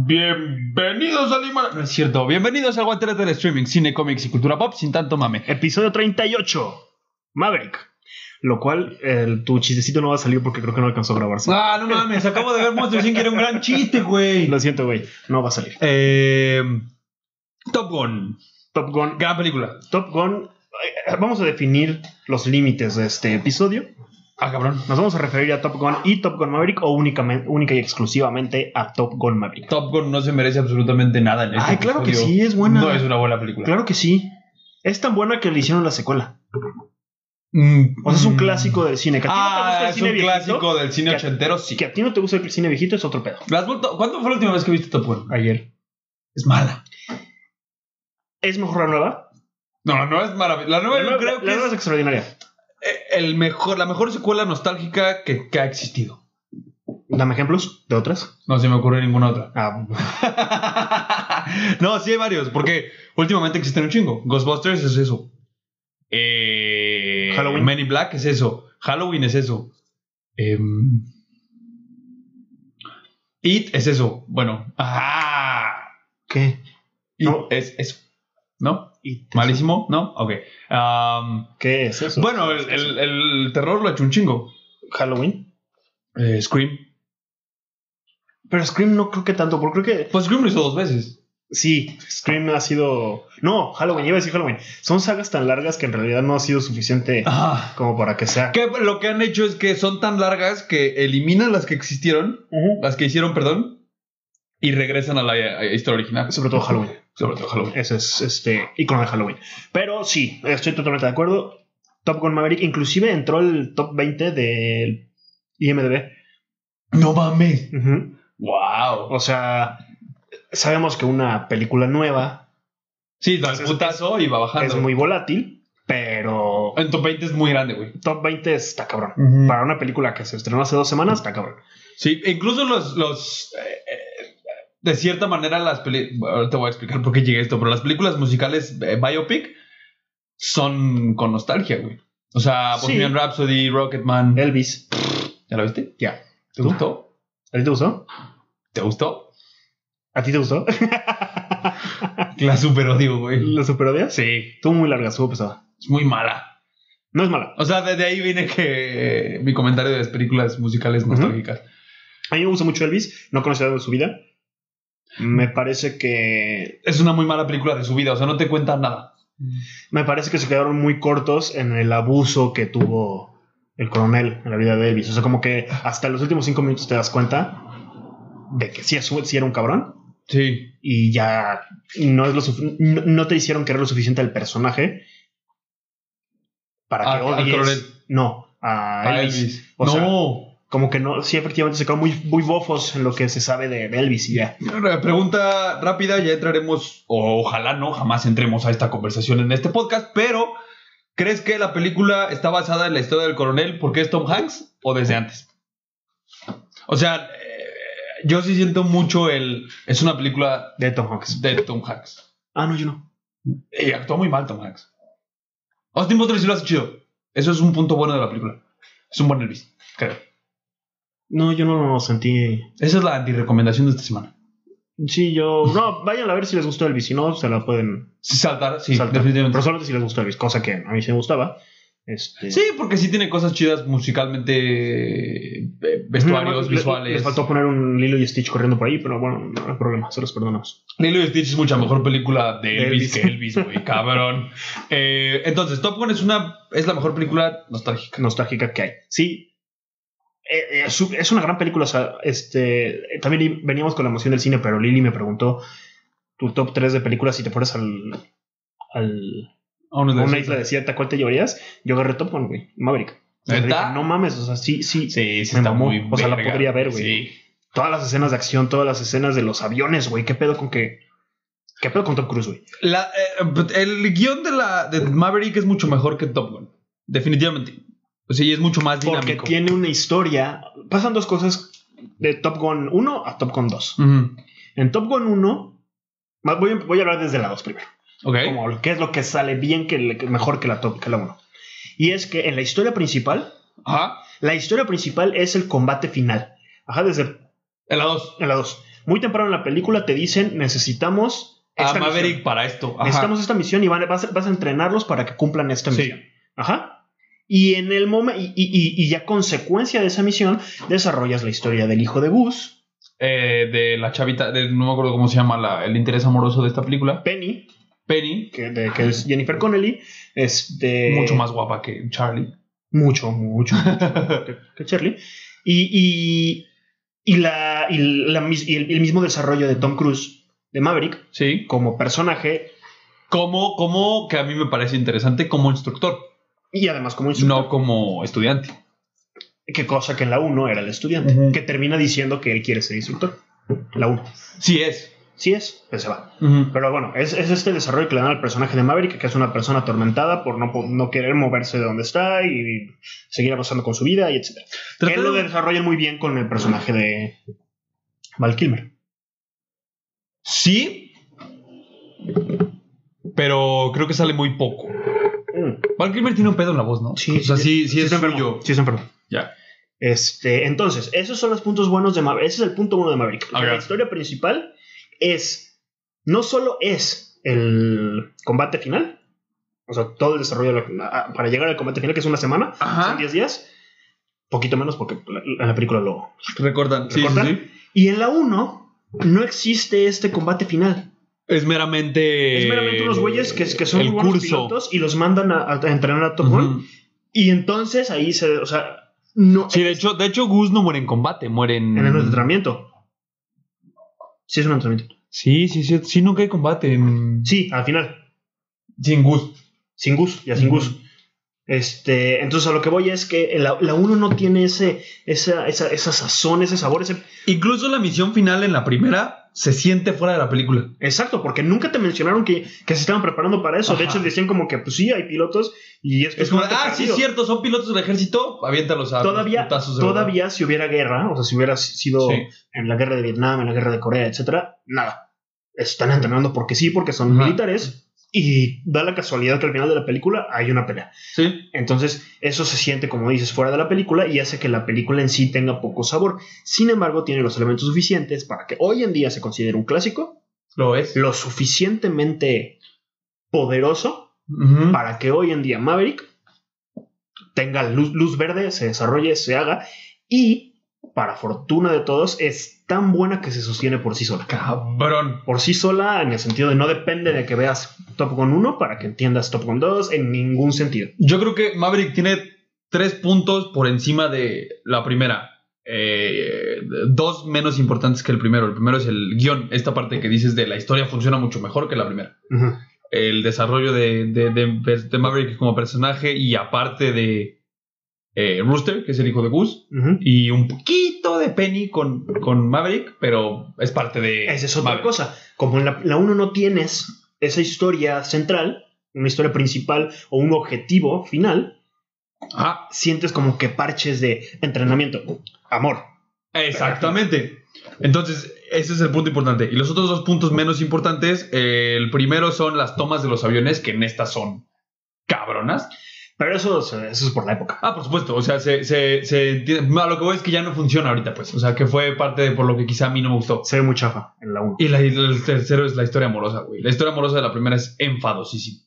Bienvenidos al Himalaya. No es cierto. Bienvenidos al Guantelete del Streaming, Cine, cómics y cultura pop sin tanto mame. Episodio 38. Maverick. Lo cual, eh, tu chistecito no va a salir porque creo que no alcanzó a grabarse. Ah, no mames, acabo de ver Monster Inc. que era un gran chiste, güey. Lo siento, güey. No va a salir. Eh, Top Gun. Top Gun. Gran película. Top Gun. eh, Vamos a definir los límites de este episodio. Ah, cabrón. Nos vamos a referir a Top Gun y Top Gun Maverick o únicamente, única y exclusivamente a Top Gun Maverick. Top Gun no se merece absolutamente nada en este Ay, claro que episodio. sí, es buena. No es una buena película. Claro que sí. Es tan buena que le hicieron la secuela. Mm, O sea, es un mm. clásico del cine. Que a ti no te gusta Ah, el es cine un viejito, clásico del cine que- ochentero, sí. Que a ti no te gusta el cine viejito es otro pedo. ¿La has vuelto- ¿Cuándo fue la última vez que viste Top Gun? Ayer. Es mala. ¿Es mejor la nueva? No, la nueva es maravillosa. La nueva la yo nueva, creo la que nueva es es extraordinaria. eh, el mejor, la mejor secuela nostálgica que, que ha existido. Dame ejemplos de otras. No se me ocurre ninguna otra. Ah, no, sí hay varios, porque últimamente existen un chingo. Ghostbusters es eso. Eh, Halloween. Men in Black es eso. Halloween es eso. Em, It es eso. Bueno. Ajá. ¿Qué? It No. es eso. ¿No? ¿Y te- Malísimo, ¿no? Ok. Am, ¿Qué es eso? bueno, el, el- el terror lo ha hecho un chingo. Halloween. Eh, Scream. Pero Scream no creo que tanto, porque creo que Pues Scream lo hizo dos veces. sí, Scream ha sido. No, Halloween, iba a decir Halloween. Son sagas tan largas que en realidad no ha sido suficiente Ajá. como para que sea. Que lo que han hecho es que son tan largas que eliminan las que existieron, Ujú. las que hicieron, perdón, y regresan a la eh, historia original. Sobre todo Halloween. Sobre todo Halloween. Ese es este icono de Halloween. Pero sí, estoy totalmente de acuerdo. Top Gun Maverick, inclusive entró el top 20 del IMDb. No mames. Ujú. Wow. O sea, sabemos que una película nueva Sí, da el Es- putazo y va bajando. es muy volátil, pero En top 20 es muy grande, güey. top 20 está cabrón. Para una película que se estrenó hace dos semanas, está cabrón. Sí, incluso los. los eh, eh, de cierta manera, las películas. Te voy a explicar por qué llegué a esto, pero las películas musicales eh, biopic son con nostalgia, güey. O sea, Sí. Bohemian Rhapsody, Rocketman. Elvis, ¿Ya la viste? Ya. ¿Te ¿Tú? gustó? ¿a ti te gustó? ¿Te gustó? ¿A ti te gustó? La super odio, güey. ¿La superodias? Sí. Estuvo muy larga, estuvo pesada. Es muy mala. No es mala. O sea, desde ahí viene que eh, mi comentario de las películas musicales Ujú. nostálgicas. A mí me gusta mucho Elvis, no conocía de su vida. Me parece que. Es una muy mala película de su vida, o sea, no te cuenta nada. Me parece que se quedaron muy cortos en el abuso que tuvo el coronel en la vida de Elvis. O sea, como que hasta los últimos cinco minutos te das cuenta de que sí, es- sí era un cabrón. Sí. y ya no, es lo sufi- no, no te hicieron querer lo suficiente al personaje para que Al- al odies. coronel. no, a A Elvis. Elvis. O no. sea, Como que no, sí, efectivamente se quedaron muy, muy bofos en lo que se sabe de de Elvis y ya. Pregunta rápida, ya entraremos, o ojalá no, jamás entremos a esta conversación en este podcast, pero ¿crees que la película está basada en la historia del coronel porque es Tom Hanks o desde antes? O sea, eh, yo sí siento mucho el... Es una película De Tom Hanks. de Tom Hanks. Ah, no, yo no. Y actuó muy mal Tom Hanks. Austin Butler sí lo hace chido. Eso es un punto bueno de la película. Es un buen Elvis, creo. No, yo no lo sentí. Esa es la antirecomendación de esta semana. Sí, yo. No, vayan a ver si les gustó Elvis. Si no, se la pueden Sí, saltar, sí, saltar. definitivamente. Pero solamente si les gustó Elvis, cosa que a mí sí me gustaba. Este, Sí, porque sí tiene cosas chidas musicalmente, eh, Nada más vestuarios, le- visuales. Les faltó poner un Lilo y Stitch corriendo por ahí, pero bueno, no hay problema, se los perdonamos. Lilo y Stitch es mucha mejor película de De Elvis, Elvis. que Elvis, güey, cabrón. Eh, entonces, Top Gun es una es la mejor película nostálgica. nostálgica que hay. Sí, eh, eh, su- es una gran película. o sea, este, eh, también i- veníamos con la emoción del cine, pero Lili me preguntó tu top 3 de películas si te fueras al, al- Aún es a la una de- isla desierta, ¿cuál te llevarías? Yo agarré Top Gun, güey, Maverick. O sea, ¿Neta? dije, no mames, o sea, sí, sí, Sí, sí Me está mamó. muy O sea, la verga. podría ver, güey. Sí. Todas las escenas de acción, todas las escenas de los aviones, güey, ¿qué pedo con que... ¿Qué pedo con Tom Cruise, güey? La, eh, el guión de la de Maverick es mucho mejor que Top Gun. Definitivamente. O sea, y es mucho más Porque dinámico. tiene una historia. Pasan dos cosas de Top Gun 1 a Top Gun 2. Ujú. En Top Gun 1, más- voy a, voy a hablar desde la 2 primero. Ok. como lo- qué es lo que sale bien que le- que mejor que la top que la 1. Y es que en la historia principal, Ajá. la historia principal es el combate final. Ajá, desde En la dos. en la 2. Muy temprano en la película te dicen, necesitamos A esta Maverick misión. para esto. Ajá. Necesitamos esta misión y van- vas, vas a entrenarlos para que cumplan esta Sí. misión. Ajá. Y en el momento, y, y- y- y ya consecuencia de esa misión, desarrollas la historia del hijo de Gus, Eh, de la chavita, de- no me acuerdo cómo se llama la- el interés amoroso de esta película. Penny, Penny, que, de- que es Jennifer Connelly. Este, mucho más guapa que Charlie. Mucho, mucho, mucho que, que Charlie. Y, y, y la, y, la mis- y el, el mismo desarrollo de Tom Cruise, de Maverick, Sí. como personaje Como, como que a mí me parece interesante como instructor, y además como instructor. no como estudiante. Qué cosa que en la 1 era el estudiante, Ujú. que termina diciendo que él quiere ser instructor. La 1. Sí es. Sí es, pues se va. Pero bueno, es, es este desarrollo que le dan al personaje de Maverick, que es una persona atormentada por no, po- no querer moverse de donde está y seguir avanzando con su vida y etc. Que él lo Trataron- desarrolla muy bien con el personaje de Val Kilmer. Sí, pero creo que sale muy poco. Val Kilmer tiene un pedo en la voz, ¿no? o sea, sí, sí, es está enfermo, suyo. Sí, está enfermo. Ya. Este, entonces, esos son los puntos buenos de Maverick. Ese es el punto bueno de Maverick. O sea, Ok. La historia principal es. No solo es el combate final, o sea, todo el desarrollo de la- a- para llegar al combate final, que es una semana, son Ajá. 10 días, poquito menos porque la- en la película lo. Recortan. Sí, sí, ¿Recortan? sí. Y en la 1 no existe este combate final. Es meramente. Es meramente unos güeyes que, que son el muy buenos curso. pilotos y los mandan a, a entrenar a Top Ujú. Gun. Y entonces ahí se. O sea, no. Sí, de hecho, de hecho, Gus no muere en combate, muere en. En el entrenamiento. Sí, es un entrenamiento. Sí, sí, sí. Sí, nunca hay combate. en- Sí, al final. Sin Gus. Sin Gus, ya sin Ujú. Gus. Este, entonces a lo que voy es que la, la 1 no tiene ese, esa, esa, esa sazón, ese sabor, ese. Incluso la misión final en la primera se siente fuera de la película. Exacto, porque nunca te mencionaron que, que se estaban preparando para eso. De Ajá. hecho, decían como que, pues sí, hay pilotos y es que Es como, combate ah, sí, perdido". es cierto, son pilotos del ejército, aviéntalos a Todavía, putazos de verdad. todavía si hubiera guerra, o sea, si hubiera sido Sí. en la guerra de Vietnam, en la guerra de Corea, etcétera, nada. Están entrenando porque sí, porque son Ajá. militares. Y da la casualidad que al final de la película hay una pelea. Sí. Entonces, eso se siente, como dices, fuera de la película y hace que la película en sí tenga poco sabor. Sin embargo, tiene los elementos suficientes para que hoy en día se considere un clásico, Lo es. lo suficientemente poderoso Ujú. para que hoy en día Maverick tenga luz, luz verde, se desarrolle, se haga y, para fortuna de todos, es tan buena que se sostiene por sí sola. Cabrón. Por sí sola, en el sentido de no depende de que veas Top Gun 1 para que entiendas Top Gun 2 en ningún sentido. Yo creo que Maverick tiene tres puntos por encima de la primera. Eh, dos menos importantes que el primero. El primero es el guión. Esta parte que dices de la historia funciona mucho mejor que la primera. Ujú. El desarrollo de, de- de- de Maverick como personaje y aparte de eh, Rooster, que es el hijo de Gus. Ujú. Y un poquito de Penny con, con Maverick, pero es parte de. Esa es otra Maverick. cosa. Como en la 1 no tienes esa historia central, una historia principal o un objetivo final, Ajá, sientes como que parches de entrenamiento. Amor. Exactamente. Entonces, ese es el punto importante. Y los otros dos puntos menos importantes, eh, el primero son las tomas de los aviones, que en estas son cabronas. Pero eso, es- eso es por la época. Ah, por supuesto, o sea, se, se, se entiende- A lo que voy es que ya no funciona ahorita, pues. O sea, que fue parte de por lo que quizá a mí no me gustó. Se ve muy chafa en la 1. Y la- y el tercero es la historia amorosa, güey. La historia amorosa de la primera es enfadosísima.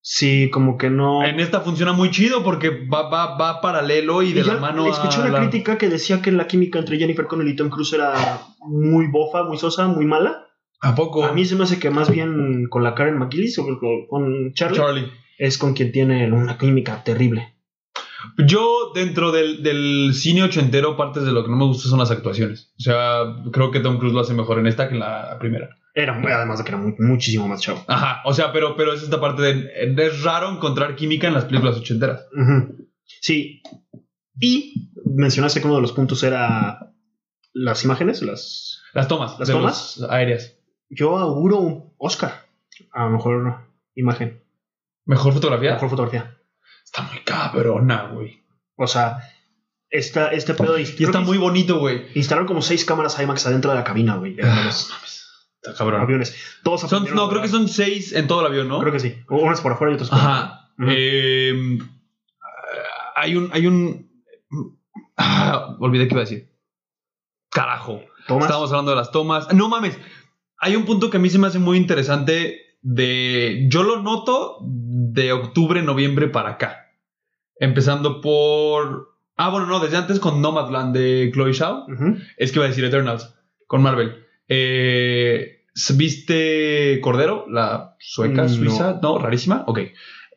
Sí, como que no. En esta funciona muy chido porque va, va, va paralelo y de yo la mano escuché a una la- crítica que decía que la química entre Jennifer Connelly y Tom Cruise era muy bofa, muy sosa, muy mala. ¿A poco? A mí se me hace que más bien con la Karen McGillis o con, con Charlie Charlie. es con quien tiene una química terrible. Yo, dentro del, del cine ochentero, partes de lo que no me gusta son las actuaciones. O sea, creo que Tom Cruise lo hace mejor en esta que en la primera. Era, muy- además de que era mu- muchísimo más chavo. Ajá, o sea, pero, pero es esta parte de... Es raro encontrar química en las películas ochenteras. Ujú. Sí. Y mencionaste que uno de los puntos era las imágenes, las... Las tomas. ¿Las de tomas? los Aéreas. Yo auguro un Oscar. A lo mejor imagen. Mejor fotografía. Mejor fotografía. Está muy cabrona, güey. O sea, esta, este pedo... de- Y creo está que muy bonito, güey. Instalaron como seis cámaras IMAX adentro de la cabina, güey. en los Está cabrón. aviones. Todos Son- aprendieron no, a creo que son seis en todo el avión, ¿no? volar. Creo que sí. U- Unas por afuera y otras por Ajá. Ujú. Eh, hay un. Hay un. Ah, olvidé qué iba a decir. Carajo. Tomas. Estábamos hablando de las tomas. No mames. Hay un punto que a mí se me hace muy interesante de. Yo lo noto de octubre, noviembre para acá. Empezando por. Ah, bueno, no, desde antes con Nomadland de Chloe Shao. Ujú. Es que iba a decir Eternals con Marvel. Eh, ¿Viste Cordero? La sueca, No. suiza. No, rarísima. Ok.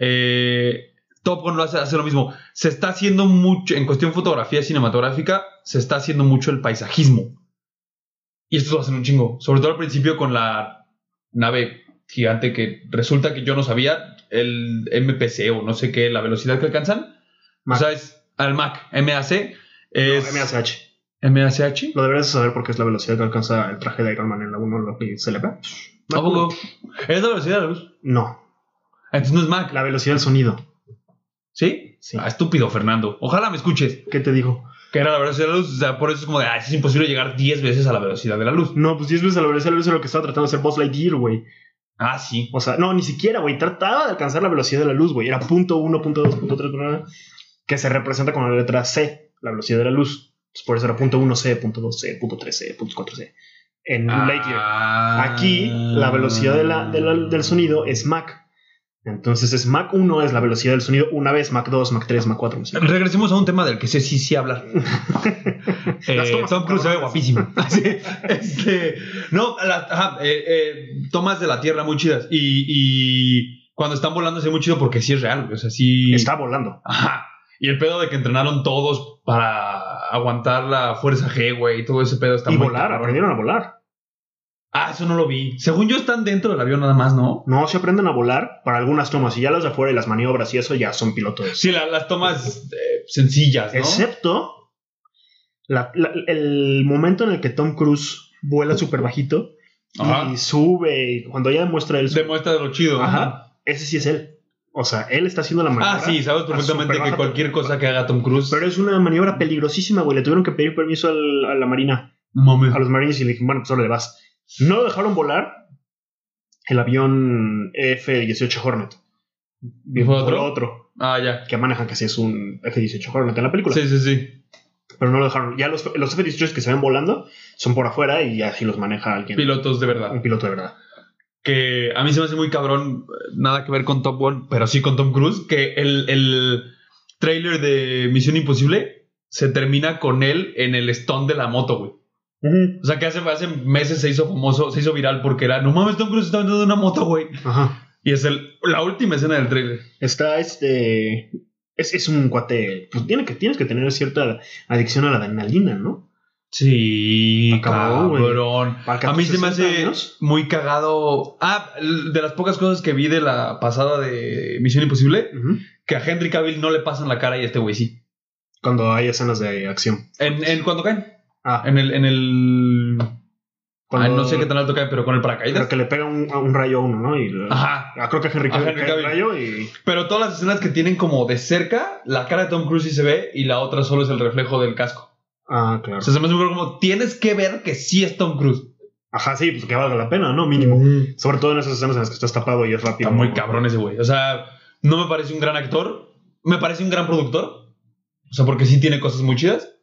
Eh, Top Gun lo hace, hace lo mismo. Se está haciendo mucho, en cuestión fotografía cinematográfica, se está haciendo mucho el paisajismo. Y esto lo hacen un chingo. Sobre todo al principio con la nave gigante que resulta que yo no sabía, el MPC o no sé qué, la velocidad que alcanzan. Mac. O sea, es al Mac, MAC. Es No, MSH. MACH. Lo deberías saber porque es la velocidad que alcanza el traje de Iron Man en la 1, lo que se le ve. ¿A poco? Es la velocidad de la luz. No, Entonces no es Mac. la velocidad del sonido. ¿Sí? Sí. Ah, estúpido, Fernando. Ojalá me escuches. ¿Qué te digo? Que era la velocidad de la luz. O sea, por eso es como de, ah, es imposible llegar 10 veces a la velocidad de la luz. No, pues 10 veces la velocidad de la luz era lo que estaba tratando de hacer Buzz Lightyear, güey. Ah, sí. O sea, no, ni siquiera, güey. Trataba de alcanzar la velocidad de la luz, güey. Era punto uno, punto dos, punto tres, punto nueve, que se representa con la letra C, la velocidad de la luz. Pues por eso era punto uno C, punto dos C, punto tres C, punto cuatro C. En Ah. Lightyear. Mm, Aquí, la velocidad de la- de la- del sonido es Mach. Entonces es Mach 1 es la velocidad del sonido una vez, Mach 2, Mach 3, Mach 4. Regresemos a un tema del que sé sí, sí hablar. Las Eh, Tom tomas son Ah, Cruise se ve cabronas. guapísimo. Sí, este, no, las- ajá, eh, eh, tomas de la tierra muy chidas. Y, y cuando están volando se ve muy chido porque sí es real. O sea, sí. Está volando. Ajá. Y el pedo de que entrenaron todos para aguantar la fuerza G, güey, y todo ese pedo está y muy volar, cabrón. aprendieron a volar. Ah, eso no lo vi. Según yo están dentro del avión nada más, ¿no? No, se aprenden a volar para algunas tomas y ya las de afuera y las maniobras y eso ya son pilotos. Sí, la- las tomas eh, sencillas, ¿no? Excepto la- la- el momento en el que Tom Cruise vuela súper bajito Ajá. y sube. Y cuando ya demuestra el. Demuestra lo chido. Ajá. Ajá. Ese sí es él. O sea, él está haciendo la maniobra. Ah, sí, sabes perfectamente súper que baja. cualquier cosa que haga Tom Cruise. Pero es una maniobra peligrosísima, güey. Le tuvieron que pedir permiso al- a la marina, Mames. a los marines, y le dijeron, bueno, pues ahora le vas. No lo dejaron volar el avión F-18 Hornet. ¿Y fue otro? Voló otro Ah, ya. que manejan, que sí es un F-18 Hornet en la película. Sí, sí, sí. pero no lo dejaron. Ya los, los F-18 que se ven volando son por afuera y así los maneja alguien. Pilotos de Un verdad. piloto de verdad. Que a mí se me hace muy cabrón, eh, nada que ver con Top Gun, pero sí con Tom Cruise, que el, el trailer de Misión Imposible se termina con él en el stunt de la moto, güey. O sea, que hace, hace meses se hizo famoso, se hizo viral porque era, no mames, Tom Cruise está vendiendo una moto, güey. Ajá. Y es el, la última escena del trailer. Está este. Es, es un cuate. Pues tiene que, tienes que tener cierta adicción a la adrenalina, ¿no? Sí, Acabó, güey. cabrón. Para que A tus mí se me 60 hace años- muy cagado. Ah, l- de las pocas cosas que vi de la pasada de Misión Imposible, Ujú. que a Henry Cavill no le pasan la cara y a este güey sí. Cuando hay escenas de acción. En, en cuando caen, Ah, en el, en el, cuando. ah, no sé qué tan alto caen, pero con el paracaídas. pero que le pega un, a un rayo a uno, ¿no? Y, Ajá. Ah, creo que a Henry A Cavill Henry le pega el Cavill. rayo y. Pero todas las escenas que tienen como de cerca, la cara de Tom Cruise sí se ve y la otra solo es el reflejo del casco. Ah, O claro. sea, se me hace muy raro como tienes que ver que sí es Tom Cruise. Ajá, sí, pues que valga la pena, ¿no? Mínimo. Sobre todo en esas escenas en las que estás tapado y es rápido. Está muy cabrón ese güey. O sea, no me parece un gran actor. Me parece un gran productor. O sea, porque sí tiene cosas muy chidas.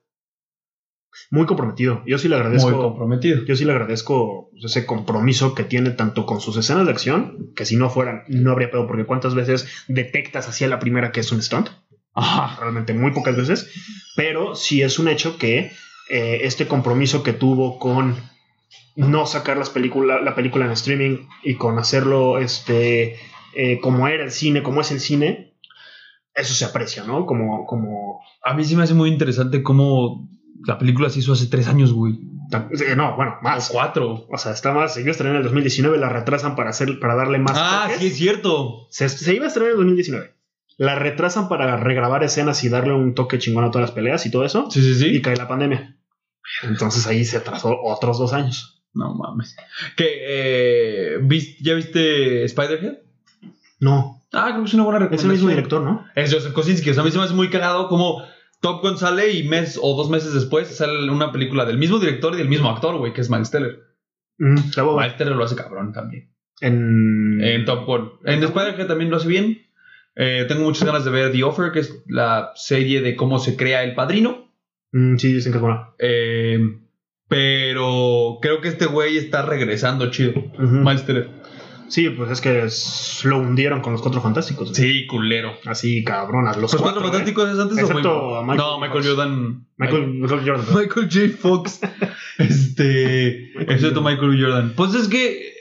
Muy comprometido. Yo sí le agradezco. muy comprometido. yo sí le agradezco pues, ese compromiso que tiene tanto con sus escenas de acción, que si no fueran, no habría pedo, porque cuántas veces detectas hacia la primera que es un stunt, Ajá. realmente muy pocas veces, pero sí es un hecho que eh, este compromiso que tuvo con no sacar las película, la película en streaming y con hacerlo este, eh, como era el cine, como es el cine, eso se aprecia, ¿no? Como, como, A mí sí me hace muy interesante cómo la película se hizo hace tres años, güey. tan- eh, no, bueno, O más. cuatro. O sea, está más, se iba a estrenar en el 2019, la retrasan para, hacer, para darle más... Ah, toques. sí, es cierto. Se, se iba a estrenar en 2019. La retrasan para regrabar escenas y darle un toque chingón a todas las peleas y todo eso. Sí, sí, Y sí. cae la pandemia. Entonces ahí se atrasó otros dos años. No mames. Que, eh, ¿vis- ¿ya viste Spider-Head? No, Ah, creo que es una buena es recomendación. el mismo director, ¿no? Es Joseph Kosinski. O sea, a mí se me hace muy cagado como Top Gun sale y mes o dos meses después sale una película del mismo director y del mismo actor, güey, que es Miles Teller. Mm, la voy a ver. Miles Teller lo hace cabrón también. En, En Top Gun. En Spider que también lo hace bien. Eh, tengo muchas ganas de ver The Offer, que es la serie de cómo se crea el padrino. Mm, sí, dicen que es buena. Eh, Pero creo que este güey está regresando chido. Ujú. Miles Teller. Sí, pues es que es- lo hundieron con los cuatro fantásticos. güey. Sí, culero. Así, cabronas. Los ¿Los cuatro cuatro, güey. fantásticos es antes o Excepto fue- a Michael No, Michael Fox. Jordan. Michael, Michael Jordan. perdón. Michael J. Fox. este. Michael excepto Jordan. Michael Jordan. Pues es que. eh,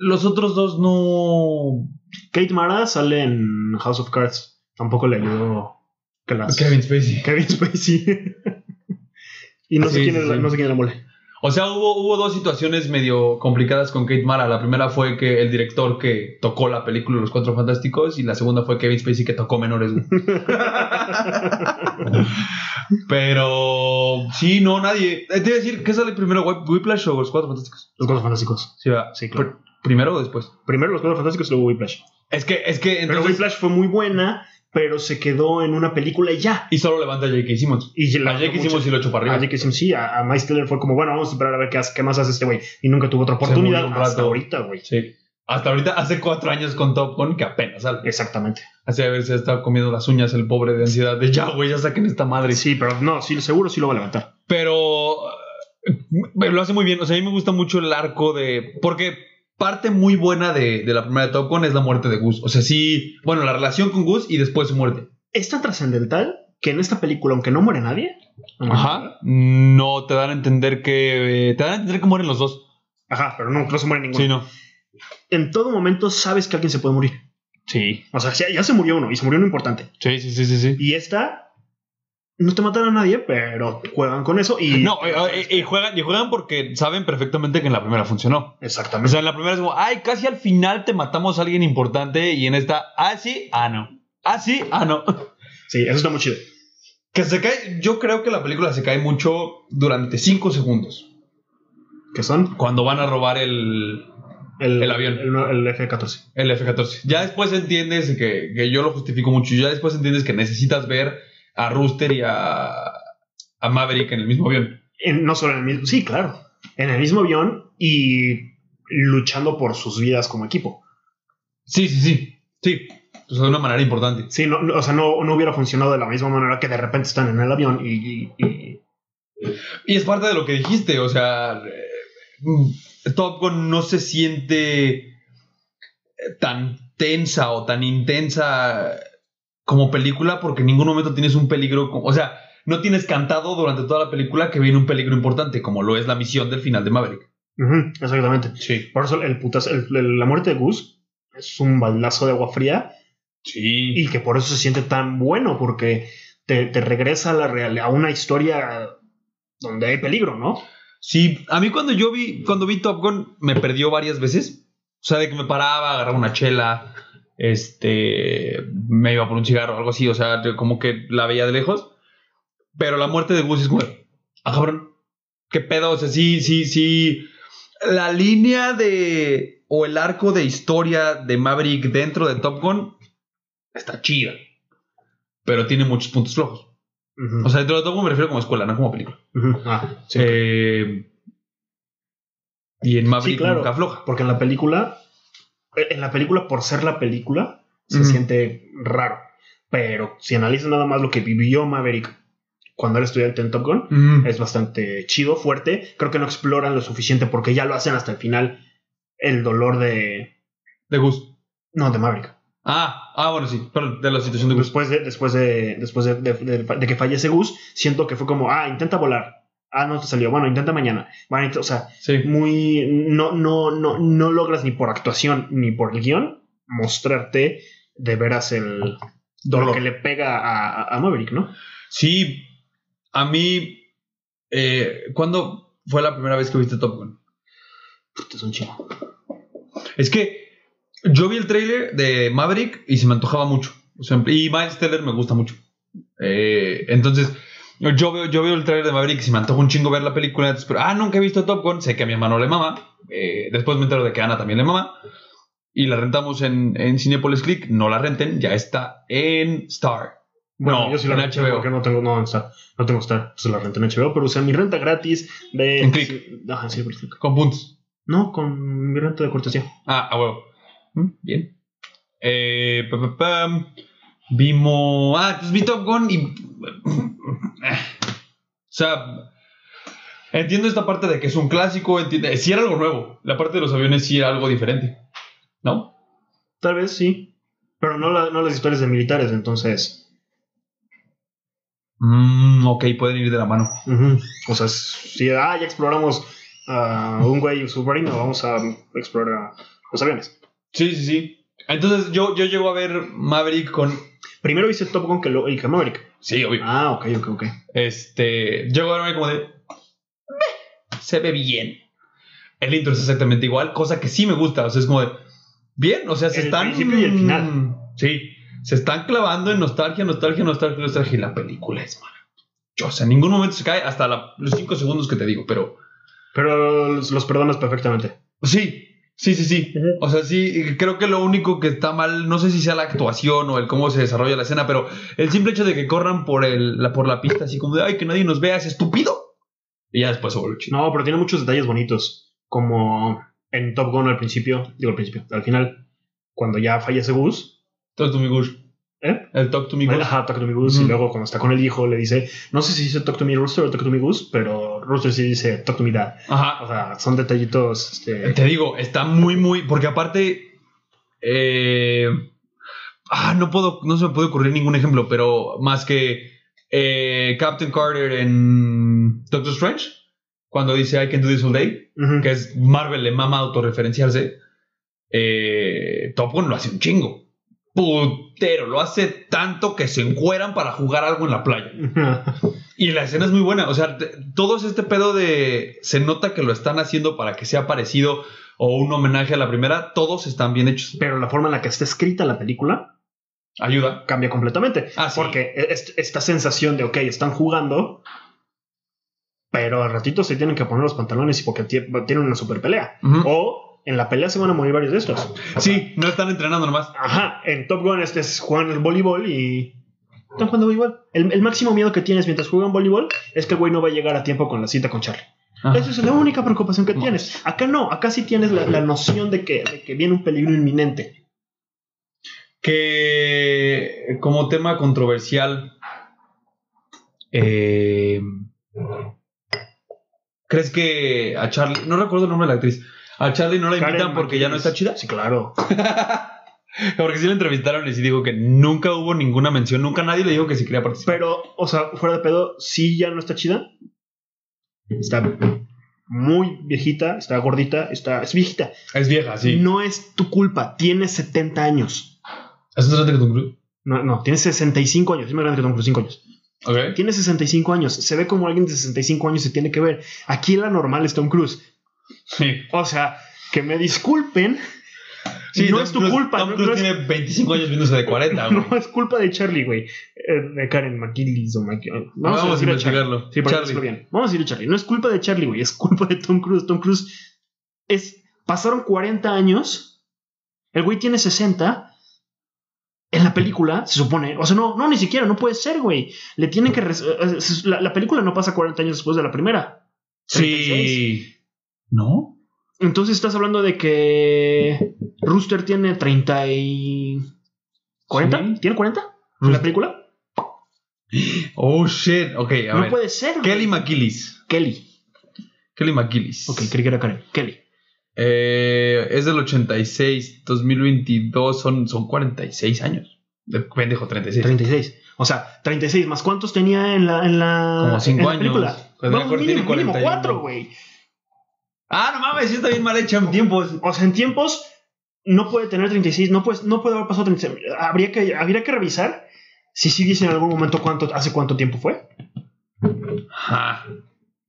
Los otros dos no. Kate Mara sale en House of Cards. Tampoco le ayudó que las... Kevin Spacey. Kevin Spacey. y no, Sí, sé quién sí, es la, sí. no sé quién es la mole. O sea, hubo, hubo dos situaciones medio complicadas con Kate Mara. La primera fue que el director que tocó la película Los Cuatro Fantásticos y la segunda fue Kevin Spacey que tocó menores. güey. Pero sí, no, nadie. Eh, Te iba a decir, ¿qué sale primero, Whip- Whiplash o Los Cuatro Fantásticos? Los Cuatro Fantásticos. Sí, ¿verdad? Sí, claro. Pr- ¿Primero o después? Primero Los Cuatro Fantásticos y luego Whiplash. Es que, es que Pero entonces... Whiplash fue muy buena, pero se quedó en una película y ya. Y solo levanta a J.K. Simmons. Y la A J.K. Simmons y lo chupa arriba. A J.K. Simmons, sí, a, a Miles Teller fue como, bueno, vamos a esperar a ver qué, hace- qué más hace este güey. Y nunca tuvo otra Se murió oportunidad un hasta rato. ahorita, güey. Sí. Hasta ahorita, hace cuatro años con Top Gun, que apenas sale. Exactamente. Hace haberse estado comiendo las uñas el pobre de ansiedad de ya, güey, ya saquen esta madre. Sí, pero no, sí, seguro sí lo va a levantar. pero eh, lo hace muy bien. O sea, a mí me gusta mucho el arco de. Porque parte muy buena de, de la primera de Top Gun es la muerte de Gus. O sea, sí. Bueno, la relación con Gus y después su muerte. Es tan trascendental que en esta película, aunque no muere nadie, no muere nadie. No te dan a entender que. eh, te dan a entender que mueren los dos. Ajá, pero no, no se muere ninguno. Sí, no. En todo momento sabes que alguien se puede morir. Sí. O sea, ya, ya se murió uno y se murió uno importante. Sí, sí, sí, sí. sí. Y esta, no te matan a nadie, pero juegan con eso y. No, eh, eh, y, juegan, y juegan porque saben perfectamente que en la primera funcionó. O Exactamente. sea, en la primera es como, ay, casi al final te matamos a alguien importante y en esta, ah, sí, ah, no. Ah, sí, ah, no. Sí, eso está muy chido. Que se cae, yo creo que la película se cae mucho durante 5 segundos. Que son Cuando van a robar el, El avión. El, el F-14. el F-14. Ya después entiendes que, que yo lo justifico mucho. Ya después entiendes que necesitas ver a Rooster y a, a Maverick en el mismo avión. En- no solo en el mismo. Sí, claro. En el mismo avión y luchando por sus vidas como equipo. Sí, sí, sí. Sí. O sea, de una manera importante. Sí, no, no- o sea, no, no hubiera funcionado de la misma manera que de repente están en el avión y. y- y- Y es parte de lo que dijiste, o sea, eh, mm, Top Gun no se siente eh, tan tensa o tan intensa eh, como película porque en ningún momento tienes un peligro, co- o sea, no tienes cantado durante toda la película que viene un peligro importante, como lo es la misión del final de Maverick. Ujú, exactamente. Sí. Por eso el putazo- el- el- la muerte de Gus es un baldazo de agua fría Sí. y que por eso se siente tan bueno, porque te, te regresa a, la real, a una historia donde hay peligro, ¿no? Sí, a mí cuando yo vi, cuando vi Top Gun, me perdió varias veces. O sea, de que me paraba, agarraba una chela, este, me iba por un cigarro o algo así. O sea, de- como que la veía de lejos. Pero la muerte de Gus es como, ah, cabrón, qué pedo. O sea, sí, sí, sí. La línea de, o el arco de historia de Maverick dentro de Top Gun está chida. Pero tiene muchos puntos flojos. Ujú, O sea, dentro de Top Gun me refiero como escuela, no como película. ujú, ah, sí. Eh, y en Maverick Sí, claro. nunca afloja. Porque en la película, eh, en la película, por ser la película, se Ujú. siente raro. Pero si analizas nada más lo que vivió Maverick cuando era estudiante en Top Gun, es bastante chido, fuerte. Creo que no exploran lo suficiente porque ya lo hacen hasta el final. El dolor de. De Gus. No, de Maverick. Ah, ah, bueno, sí. Perdón, de la situación de Gus. Después de, después de, después de, de- de- de que fallece Gus, siento que fue como, ah, intenta volar. Ah, no te salió. Bueno, intenta mañana. Bueno, int- o sea, Sí. muy no no no no logras ni por actuación ni por el guión mostrarte de veras el lo Dolor. que le pega a, a- a Maverick no Sí. A mí. eh, ¿Cuándo fue la primera vez que viste Top Gun? Puta, es un chingo Es que yo vi el tráiler de Maverick y se me antojaba mucho. O sea, y Miles Teller me gusta mucho. Eh, entonces, yo veo, yo veo el tráiler de Maverick y se me antoja un chingo ver la película. Entonces, pero, ah, nunca he visto Top Gun. Sé que a mi hermano le mama. Eh, después me entero de que a Ana también le mama. Y la rentamos en, en Cinepolis Click. No la renten, ya está en Star. No, la en renté HBO. porque no tengo no, o sea, no tengo Star entonces la renté en HBO pero usé mi renta gratis de En Click. Ajá, sí, por Click. Con puntos. no con mi renta de cortesía Ah, a huevo. Mm, Bien. Eh, pa, pa, pam. Vimos. Ah, entonces vi Top Gun y. O sea. Entiendo esta parte de que es un clásico, entiende, sí era algo nuevo. La parte de los aviones sí era algo diferente. ¿No? Tal vez sí. Pero no, la- no las historias de militares, entonces. Mm, ok, pueden ir de la mano. ujú. O sea, si ah, ya exploramos a un güey submarino, vamos a explorar a los aviones. Sí, sí, sí. Entonces yo, yo llego a ver Maverick con. Primero hice Top Gun que lo, el que Maverick. Sí, obvio. Ah, ok, ok, ok. Este. Llego a ver Maverick como de. "Meh, Se ve bien. El intro es exactamente igual, cosa que sí me gusta. O sea, es como de. Bien, o sea, se El están. principio y el final. mm, Sí. Se están clavando en nostalgia, nostalgia, nostalgia, nostalgia. Y la película es maravillosa. En ningún momento se cae hasta la- los cinco segundos que te digo, pero. Pero los, los perdonas perfectamente. Sí, sí, sí, sí. O sea, sí, creo que lo único que está mal, no sé si sea la actuación o el cómo se desarrolla la escena, pero el simple hecho de que corran por, el, la, por la pista así como de, ay, que nadie nos vea, es estúpido. Y ya después se vuelve chido. No, pero tiene muchos detalles bonitos. Como en Top Gun al principio, digo al principio, al final, cuando ya fallece Gus. Talk to me, Gus. ¿Eh? El talk to me, Gus. Ajá, Talk to me Gus. Y Ujú. luego cuando está con el hijo le dice, no sé si dice Talk to me Rooster o Talk to me Gus, pero Rooster sí dice Talk to me Dad. Ajá. O sea, son detallitos. Este, Te digo, está muy, muy. Porque aparte. eh, ah, no puedo. No se me puede ocurrir ningún ejemplo, pero más que eh, Captain Carter en Doctor Strange. Cuando dice I can do this all day. ujú. Que es Marvel le mama autorreferenciarse. eh, Top Gun lo hace un chingo. Putero, lo hace tanto que se encueran para jugar algo en la playa. Y la escena es muy buena. O sea, te- todo es este pedo de. Se nota que lo están haciendo para que sea parecido o un homenaje a la primera. Todos están bien hechos. pero la forma en la que está escrita la película Ayuda. cambia completamente. Ah, sí. Porque e, es- esta sensación de, ok, están jugando, pero al ratito se tienen que poner los pantalones y porque tie- tienen una super pelea. Ujú. O en la pelea se van a morir varios de estos. Sí, no están entrenando nomás. Ajá, en Top Gun este es juegan el voleibol y... Están jugando voleibol. El, el máximo miedo que tienes mientras juegan voleibol es que el güey no va a llegar a tiempo con la cita con Charlie. Ajá. Esa es la única preocupación que tienes. Acá no, acá sí tienes la, la noción de que, de que viene un peligro inminente. Que como tema controversial, eh, ¿crees que a Charlie, no recuerdo el nombre de la actriz, a Charlie no la invitan Karen porque ya no McGinnis. está chida? Sí, claro. Porque sí la entrevistaron y sí dijo que nunca hubo ninguna mención, nunca nadie le dijo que si quería participar. Pero, o sea, fuera de pedo, sí ya no está chida. Está muy viejita, está gordita, está, es viejita. es vieja, sí. No es tu culpa, tienes 70 años. ¿Es un trato que Tom Cruise? No, no, tienes 65 años, es más grande que Tom Cruise, 5 años. Ok. Tiene 65 años, se ve como alguien de 65 años se tiene que ver. Aquí la normal es Tom Cruise. Sí. O sea, que me disculpen, no Tom es tu Cruise- culpa, Tom no- Cruise no es- tiene 25 años viéndose de 40. güey. no es culpa de Charlie, güey. Eh, De Karen McKinley o eh, Mc- Vamos, a decirle Charlie. investigarlo. Sí, para Charlie. decirlo bien. Vamos a decir Charlie. No es culpa de Charlie, güey. Es culpa de Tom Cruise. Tom Cruise es. Pasaron 40 años. El güey tiene 60. En la película, se supone. O sea, no, no, ni siquiera. No puede ser, güey. Le tienen que. res- eh, eh, La, la película no pasa 40 años después de la primera. Sí. ¿No? Entonces estás hablando de que. Rooster tiene 30 y. ¿40? Sí. ¿Tiene 40? ¿En la Rooster- película? Oh, shit. Ok, a no ver. puede ser. güey. Kelly McGillis. Kelly. Kelly McGillis. Ok, creí que era Karen. Kelly. Eh, es del 86, 2022, son, son 46 años. De pendejo, 36. 36. O sea, 36 más cuántos tenía en la. En la Como cinco en la años. película? Pues No, mejor tiene mínimo, mínimo 41. 4, güey. Ah, no mames, sí está bien mal hecha en tiempos. O sea, en tiempos no puede tener 36, no puede, no puede haber pasado 36. Habría que, habría que revisar si sí dice en algún momento cuánto, hace cuánto tiempo fue. Ajá.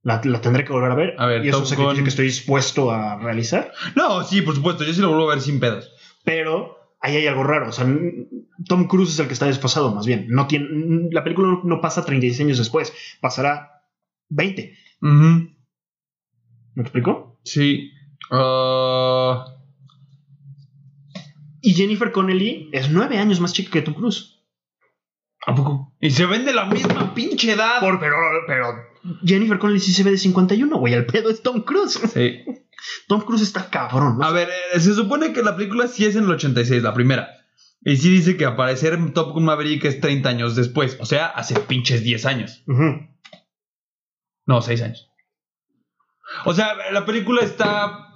La, la tendré que volver a ver. A ver, y es un Top sacrificio Gun. que estoy dispuesto a realizar. No, sí, por supuesto, yo sí lo vuelvo a ver sin pedos. Pero ahí hay algo raro. O sea, n- Tom Cruise es el que está desfasado, más bien. No tiene, n- la película no, no pasa 36 años después, pasará 20. Ujú, ¿Me explico? Sí. Ah, Y Jennifer Connelly es nueve años más chica que Tom Cruise. ¿A poco? Y se vende la misma pinche edad. Por- pero, pero Jennifer Connelly sí se ve de 51, güey. El pedo es Tom Cruise. Sí. Tom Cruise está cabrón. ¿no? A ver, eh, se supone que la película sí es en el 86, la primera. Y sí dice que aparecer en Top Gun Maverick es 30 años después. O sea, hace pinches 10 años. Ujú. No, 6 años. O sea, la película está,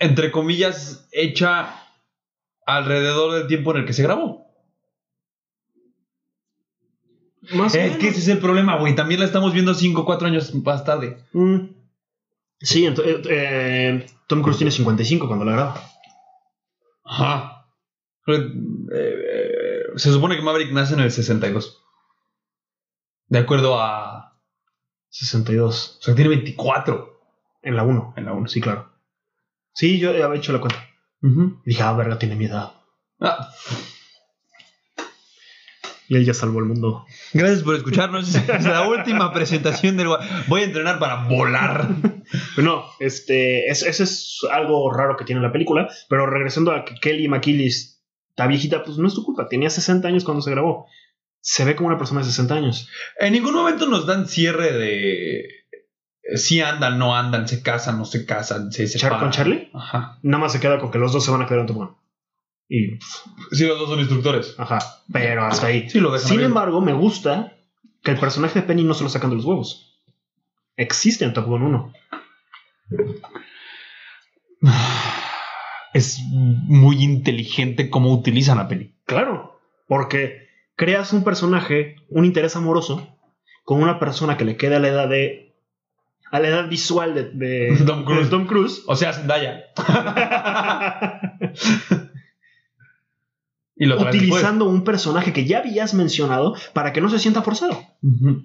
entre comillas, hecha alrededor del tiempo en el que se grabó. Más o Es que menos. ese Eh, es el problema, güey. También la estamos viendo 5 4 años más tarde. Mm. Sí, ento- eh, eh, Tom Cruise tiene 55 cuando la graba. Ajá. Eh, eh, se supone que Maverick nace en el 62. De acuerdo a... 62. O sea, tiene 24 En la 1. en la 1. Sí, claro. Sí, yo había hecho la cuenta. Y dije, ah, verga, tiene mi edad. Ah, Y él ya salvó el mundo. gracias por escucharnos. es la última presentación del... gua- Voy a entrenar para volar. Pero no, este, es- eso es algo raro que tiene la película. Pero regresando a que Kelly McKillis, está viejita, pues no es tu culpa. Tenía 60 años cuando se grabó. Se ve como una persona de 60 años. En ningún momento nos dan cierre de... eh, Si andan, no andan, se casan, no se casan, se ¿Char separan. con Charlie? Ajá. Nada más se queda con que los dos se van a quedar en Tucumán. Y, pf, Sí, los dos son instructores. ajá. Pero hasta ahí. Sí, lo dejan Sin abrir. embargo, me gusta que el personaje de Penny no se lo sacan de los huevos. Existe en Top Gun 1. Es muy inteligente cómo utilizan la peli. Claro, porque creas un personaje, un interés amoroso, con una persona que le queda a la edad de. a la edad visual de, de- Tom Cruise. de Tom Cruise. O sea, Zendaya. Y lo traes utilizando un personaje que ya habías mencionado para que no se sienta forzado. después. Ujú.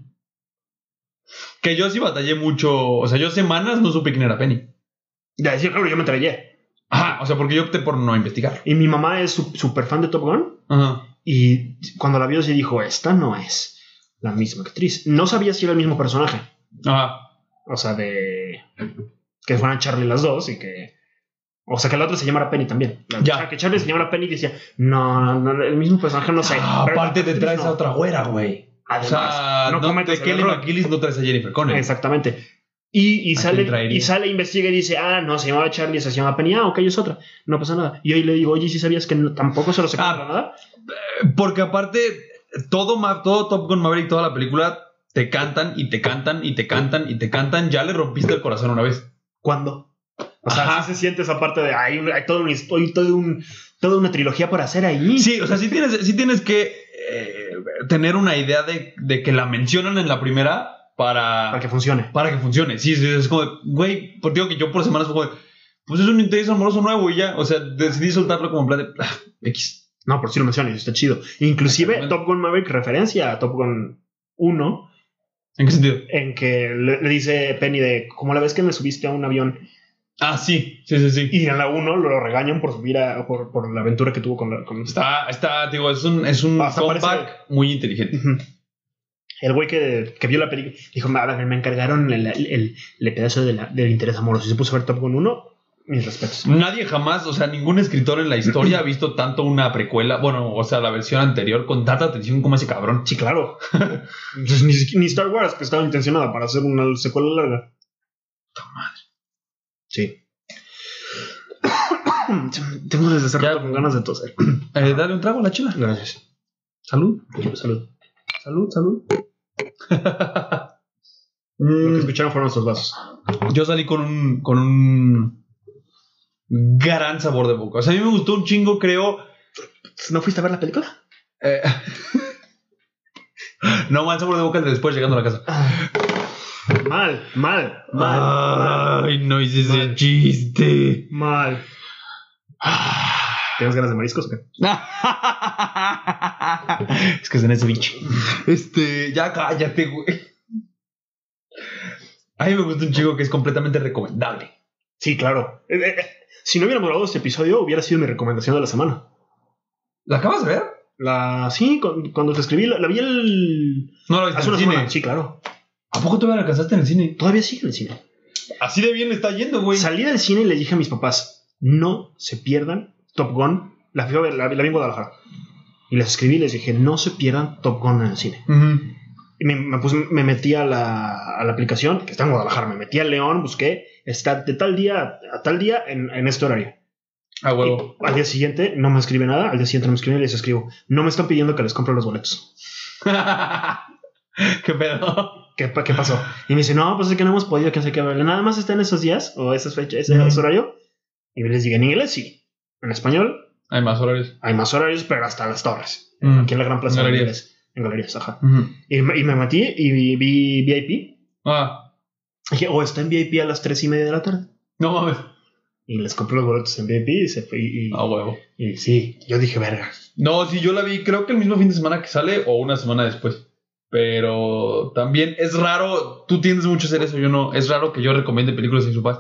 Que yo sí batallé mucho. O sea, yo semanas no supe quién era Penny. Ya decía, claro, yo me traía. Ajá. O sea, porque yo opté por no investigar. Y mi mamá es su- súper fan de Top Gun. Ajá. Y cuando la vio, se dijo: Esta no es la misma actriz. No sabía si era el mismo personaje. Ajá. O sea, de. Que fueran Charlie las dos y que. O sea, que la otra se llamara Penny también. La- Ya. Que Charlie se llamara Penny y decía: No, no, no, el mismo personaje no sé. Ah, Pero la aparte te actriz traes no. a otra güera, güey. O Además, sea, no, no, cometas de el Kelly error. McGillis no traes a Jennifer Connelly. Exactamente. Y, y ¿A quién sale, traería? y sale, investiga y dice: Ah, no, se llamaba Charlie, esa se llamaba Penny. Ah, ok, es otra. No pasa nada. Y hoy le digo: Oye, si sabías que no- tampoco se lo sacaron Ah. para nada? Porque aparte, todo, Ma- todo Top Gun Maverick, toda la película, te cantan y te cantan y te cantan y te cantan. Ya le rompiste el corazón una vez. ¿Cuándo? O sea, Ajá. sí se siente esa parte de hay, un- hay todo un, hay todo un- toda una trilogía por hacer ahí. Sí, o sea, sí tienes, sí tienes que eh, tener una idea de, de que la mencionan en la primera Para para, que funcione. para que funcione. Sí, sí, es como, de, güey, porque digo que yo por semanas fue como de, pues es un interés amoroso nuevo y ya. O sea, decidí soltarlo como en plan de ah, X. No, por si lo mencionas, está chido. Inclusive Exactamente. Top Gun Maverick referencia a Top Gun 1 ¿En qué sentido? en que le, le dice Penny de como la vez que me subiste a un avión Ah, sí, sí, sí, sí. y en la 1 lo regañan por subir a, por, por la aventura que tuvo con la... Con Está, está, digo, es un, es un Hasta comeback parece- muy inteligente. Ujú. El güey que, que vio la película dijo, "Ma, a ver, me encargaron el, el- el pedazo de la- del interés amoroso. Y se puso a ver Top Gun 1, mis respetos. Nadie jamás, o sea, ningún escritor en la historia ha visto tanto una precuela, bueno, o sea, la versión anterior con tanta atención como ese cabrón. Sí, claro. Pues ni, ni Star Wars, que estaba intencionada para hacer una secuela larga. Sí. Tengo desde hace Ya. rato con ganas de toser. Eh, dale un trago a la chela. Gracias. Salud, Salud. salud, salud. Lo que Mm, escucharon fueron nuestros vasos. yo salí con un, con un gran sabor de boca. O sea, a mí me gustó un chingo, creo. ¿No fuiste a ver la película? eh, no, mal sabor de boca el de después llegando a la casa. Mal, mal, mal. Ay, no hice ese Mal. chiste. Mal. Ah. ¿Tienes ganas de mariscos? o qué? es que es en ese bicho. Este, ya cállate, güey. A mí me gusta un chico que es completamente recomendable. Sí, claro. Eh, eh, eh, Si no hubiéramos grabado este episodio, hubiera sido mi recomendación de la semana. ¿La acabas de ver? La, sí, cu- cuando te escribí, la, la vi el. No la viste Hace en una el cine. semana. Sí, claro. ¿A poco todavía la alcanzaste en el cine? Todavía sigue en el cine. Así de bien le está yendo, güey. Salí del cine y les dije a mis papás, no se pierdan Top Gun. La fui a ver, la, la vi en Guadalajara. Y les escribí y les dije, no se pierdan Top Gun en el cine. Ujú. Y me, me puse- me metí a la, a la aplicación, que está en Guadalajara, me metí al León, busqué, está de tal día a tal día en, en este horario. A Y huevo. al día siguiente no me escribe nada, al día siguiente no me escribe y les escribo, no me están pidiendo que les compre los boletos. ¿Qué pedo? ¿qué, pa- qué pasó? Y me dice, no, pues es que no hemos podido, que no sé qué. Nada más está en esos días o esas fechas, ese Ujú. ese horario. Y les digo, en inglés sí. En español Hay más horarios. hay más horarios, pero hasta las torres. Mm. Aquí en la Gran En Plaza. En galerías. galerías. En galerías, ajá. Ujú. Y me, y me metí y vi, vi VIP. Ah, Dije, oh, está en VIP a las tres y media de la tarde. no mames. Y les compré los boletos en VIP y se fue. Y, y- A huevo. y sí, yo dije, verga. No, sí, yo la vi, creo que el mismo fin de semana que sale o una semana después. Pero también es raro, tú tiendes mucho a hacer eso, yo no, es raro que yo recomiende películas en su paz.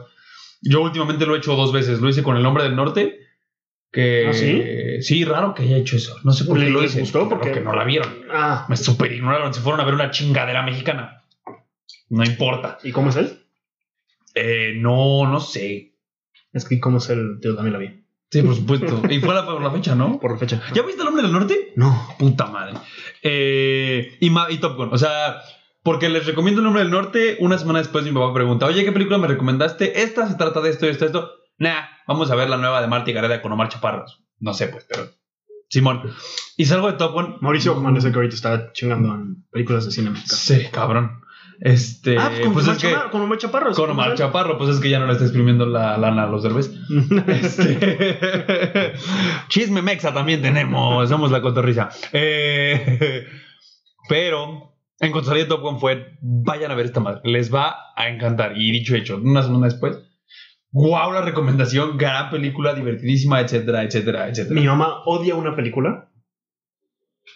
Yo últimamente lo he hecho dos veces, lo hice con El Hombre del Norte, que... ¿Ah, sí? raro que haya hecho eso, no sé por qué ¿Les lo hice. gustó? porque Porque- no la vieron, Ah, me super ignoraron, se fueron a ver una chingadera mexicana. No importa. ¿y cómo es él? Eh, no, no sé. Es que cómo es él, yo también la vi. Sí, por supuesto. y fue la, por la fecha, ¿no? Por fecha. ¿Ya viste El Hombre del Norte? No. Puta madre. Eh, y, ma- y Top Gun. O sea, porque les recomiendo El Hombre del Norte. Una semana después mi papá pregunta, oye, ¿qué película me recomendaste? Esta se trata de esto, esto, esto. Nah, vamos a ver la nueva de Marta y Gareda con Omar Chaparros. No sé, pues, pero... Simón. Y salgo de Top Gun. Mauricio Ockman es el que ahorita está chingando en películas de cine mexicano. Sí, cabrón. Este... ah, pues con, pues Omar es que... Chaparro, con Omar Chaparro. Con Omar Chaparro, pues es que ya no le está exprimiendo la lana a los derbes. Este, Chisme Mexa también tenemos. Somos la cotorrisa. Eh, pero en cuanto salió Top Gun fue, vayan a ver esta madre. Les va a encantar. Y dicho y hecho, una semana después, wow, la recomendación, gran película, divertidísima, etcétera, etcétera, etcétera. Mi mamá odia una película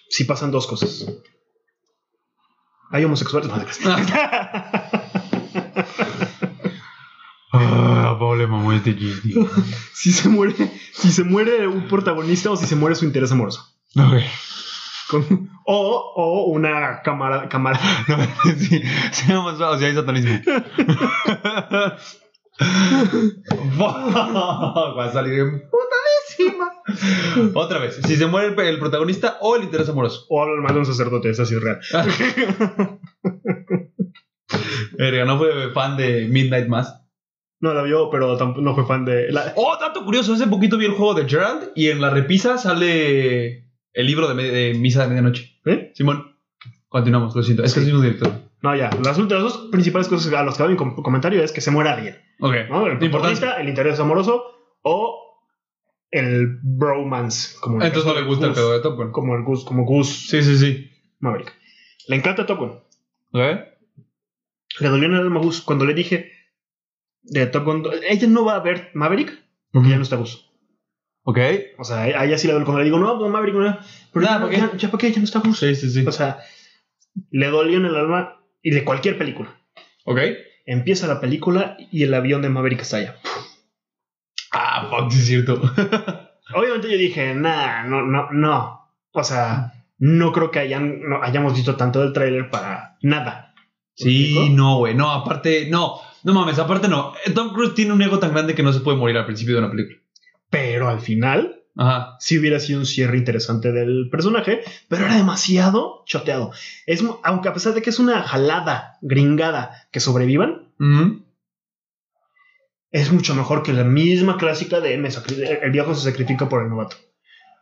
si pasan dos cosas. Hay homosexuales. No, de casa. Ah, Paule mamó este chiste. si se muere, si se muere un protagonista o si se muere su interés amoroso. Ok. Con- o, o una cámara, cámara. No, sí, seamos vagos, ya hay satanismo. Va a salir en putadísima. Otra vez, si se muere el, el protagonista o el interés amoroso. O hablan mal de un sacerdote, es así es real. Verga, no fue fan de Midnight Mass. No la vio, pero tampoco no fue fan de. La, Oh, dato curioso, hace poquito vi el juego de Gerald y en la repisa sale el libro de, me- de Misa de Medianoche. ¿Eh? Simón, continuamos, lo siento. Es que soy un director. no, ya. Las, últimas dos principales cosas a las que va mi com- comentario es que se muera alguien. Ok. ¿no? El Importante. protagonista, el interés amoroso o el bromance. Como el Entonces no le gusta el Gus, pedo de Top Gun. Como el Gus, como Gus Sí, sí, sí. Maverick. Le encanta Top Gun. ¿Ok? Le dolió en el alma a Gus cuando le dije de Top Gun. Ella no va a ver Maverick porque ya no está Gus. Ok. O sea, a ella sí le duele cuando le digo, no, no, Maverick no. Pero Nada, ya, no- porque- ya, ya, ¿por qué? Ya no está Gus. Sí, sí, sí. O sea, le dolió en el alma y de cualquier película. Ok. Empieza la película y el avión de Maverick estalla. Ah, fuck, sí es cierto. Obviamente yo dije, nah, no, no, no. O sea, no creo que hayan, no hayamos visto tanto del tráiler para nada. ¿Me Sí, explico? no, güey. No, aparte, no. No mames, aparte no. Eh, Tom Cruise tiene un ego tan grande que no se puede morir al principio de una película. Pero al final Ajá. sí hubiera sido un cierre interesante del personaje, pero era demasiado choteado. Es, mu- aunque a pesar de que es una jalada gringada que sobrevivan, Ujú. es mucho mejor que la misma clásica de me sacri- el viejo se sacrifica por el novato.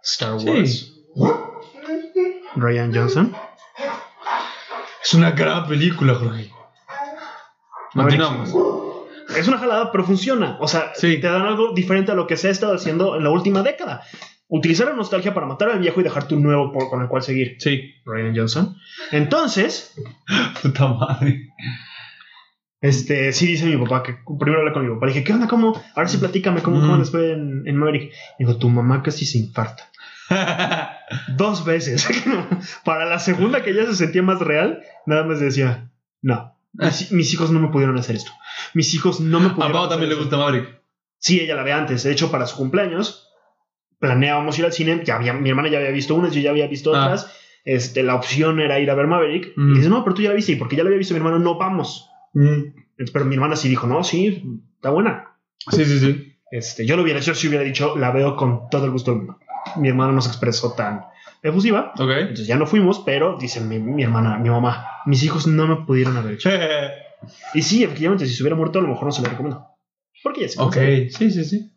Star Sí. Wars. Ryan Johnson. Es una gran película, Jorge. Continuamos. Es una jalada, pero funciona. O sea, Sí. te dan algo diferente a lo que se ha estado haciendo en la última década. Utilizar la nostalgia para matar al viejo y dejarte un nuevo por- con el cual seguir. Sí. Ryan Johnson. Entonces, Puta madre. este, sí dice mi papá que primero hablé con mi papá. Le dije, ¿qué onda? ¿Cómo? Ahora sí platícame, ¿cómo, cómo Mm. les fue en, en Maverick? Digo, tu mamá casi se infarta. Dos veces. para la segunda que ya se sentía más real, nada más decía, no. Mis, mis hijos no me pudieron hacer esto. Mis hijos no me A pudieron Pau hacer también le esto". gusta Maverick. Sí, ella la ve antes. De hecho, para su cumpleaños planeábamos ir al cine. Ya había- mi hermana ya había visto unas, yo ya había visto Ah. otras. Este, la opción era ir a ver Maverick. Mm. Y dice, no, pero tú ya la viste. Y porque ya la había visto mi hermano, no vamos. Entonces, Pero mi hermana sí dijo, no, sí, está buena. Sí, sí, sí. Este, yo lo hubiera hecho si hubiera dicho, la veo con todo el gusto del mundo. Mi hermana no se expresó tan efusiva. Ok. Entonces ya no fuimos, pero dice mi, mi hermana, mi mamá, mis hijos no me pudieron haber hecho. Y sí, efectivamente, si se hubiera muerto, a lo mejor no se lo recomiendo. Porque ya se ok. Sí, sí, sí.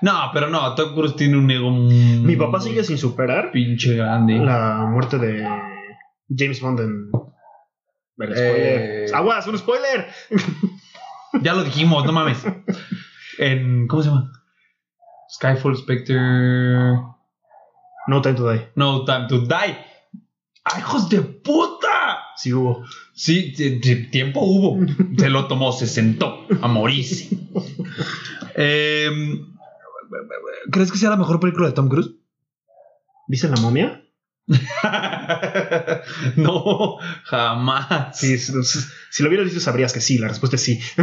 No, pero no. Tom Cruise tiene un ego. Mi papá sigue sin superar Pinche grande. la muerte de James Bond en El spoiler. Eh. ¡Aguas! ¡Un spoiler! Ya lo dijimos, no mames. En, ¿Cómo se llama? Skyfall Spectre. No Time to Die. No Time to Die. ¡Ah, hijos de puta! Sí hubo. Sí, sí, sí, tiempo hubo. Se lo tomó, se sentó a morirse. Em, ¿Crees que sea la mejor película de Tom Cruise? ¿Viste la momia? no, jamás. Sí, si, si lo hubieras visto sabrías que sí, la respuesta es sí.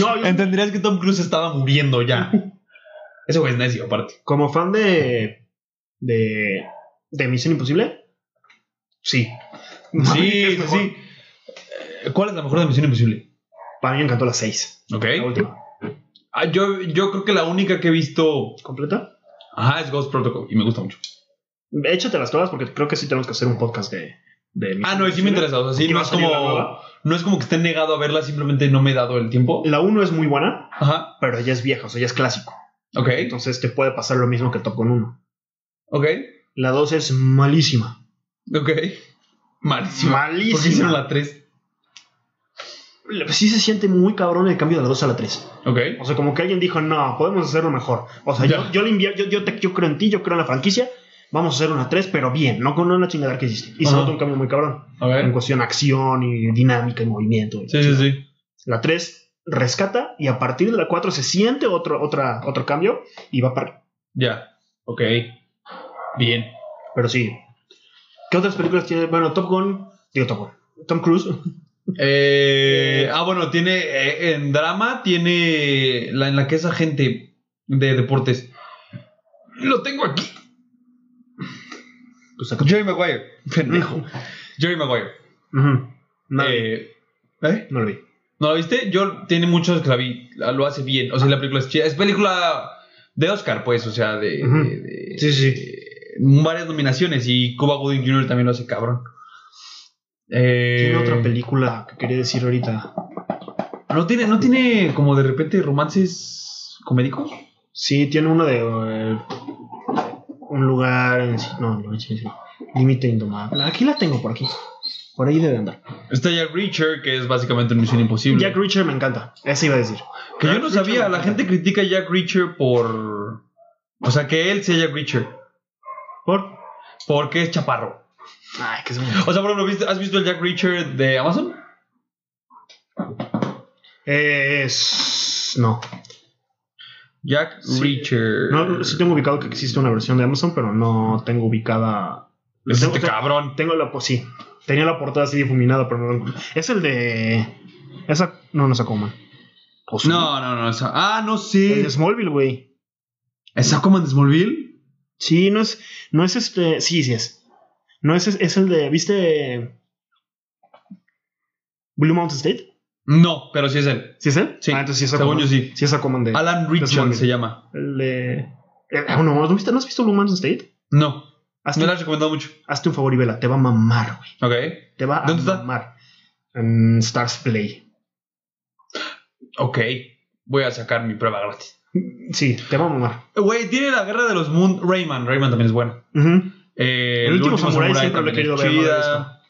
no, yo- Entenderías que Tom Cruise estaba muriendo ya. Ese güey es necio, aparte. como fan de, de. de Misión Imposible, sí. Para mí que es Sí, sí, mejor. sí. Eh, ¿Cuál es la mejor de Misión Imposible? Para mí me encantó las seis. Ok. La última. Ah, yo, yo creo que la única que he visto ¿Completa? ajá, es Ghost Protocol y me gusta mucho. Échatelas todas porque creo que sí tenemos que hacer un podcast de. de Ah, no, y sí me interesa. O sea, sí, Y no, va a es salir la como, nueva. no es como que esté negado a verla, simplemente no me he dado el tiempo. La 1 es muy buena, Ajá. pero ya es vieja, o sea, ya es clásico. Ok. Entonces te puede pasar lo mismo que Top Gun 1. Ok. La 2 es malísima. Ok. Malísima. ¿Por qué hicieron Malísima. la 3? Sí se siente muy cabrón el cambio de la 2 a la 3. Ok. O sea, como que alguien dijo, no, podemos hacerlo mejor. O sea, Ya. yo, yo, le invier- yo, yo te- yo creo en ti, yo creo en la franquicia. Vamos a hacer una 3, pero bien, no con una chingadera que hiciste. Y se Ajá. nota un cambio muy cabrón. A En ver. cuestión acción y dinámica y movimiento. y Sí, sí, sí. La 3 rescata y a partir de la 4 se siente otro, otra, otro cambio y va para... Ya. Ok. Bien. Pero sí. ¿Qué otras películas tiene? Bueno, Top Gun. Digo Top Gun. Tom Cruise. Eh, ah, bueno, tiene eh, en drama, tiene la en la que es agente de deportes. Lo tengo aquí. Pues acá- Jerry Maguire. Pendejo. Jerry Maguire. Ujú. No, Eh, ¿eh? no lo vi. ¿No la viste? Yo tiene muchos que la vi. La- Lo hace bien. O sea, la película es chida. Es película de Oscar, pues. O sea, de. Ujú. de- de- Sí, sí. de- varias nominaciones. Y Cuba Gooding Jr. también lo hace cabrón. Eh, Tiene otra película que quería decir ahorita. ¿No tiene, ¿No tiene como de repente romances comédicos? Sí, tiene uno de... eh, un lugar... en- No, no, sí, sí. Límite indomable. Aquí la tengo, por aquí. Por ahí debe andar. Está Jack Reacher, que es básicamente una misión imposible. Jack Reacher me encanta. Esa iba a decir. que yo Jack no Reacher sabía, me la encanta. gente critica a Jack Reacher por. O sea, que él sea Jack Reacher. ¿Por? Porque es chaparro. Ay, que es muy... O sea, por ejemplo, ¿viste- ¿has visto el Jack Reacher de Amazon? Es... No. Jack Sí. Reacher. no. Sí tengo ubicado que existe una versión de Amazon, pero no tengo ubicada... Es tengo- este cabrón. Tengo la, pues sí. Tenía la portada así difuminada, pero no la encontré. Es el de. Esa. No, no se coman. Oh, No, no, no. Esa, ah, no El sé. de Smallville, güey. ¿Está como en Smallville? Sí, no es. No es este. Sí, sí es. No es, es el de. ¿Viste. Blue Mountain State? No, pero sí es él. ¿Sí es él? Sí. Ah, entonces sí es Según Aquaman. yo sí. Sí es Aquaman de. Alan Richard Smallville. se llama. El de. eh, ah, no, ¿no, viste, ¿no has visto Blue Mountain State? No, Hazte, me la has recomendado mucho. hazte un favor y vela. Te va a mamar, güey. Ok. Te va a ¿Dónde está? mamar. En Stars Play. Ok. Voy a sacar mi prueba gratis. Sí, te va a mamar. Eh, Güey, tiene la guerra de los Moon. Rayman. Rayman también es bueno. Ujú. Eh, El último Samurái siempre lo he también es querido ver, no lo he chida.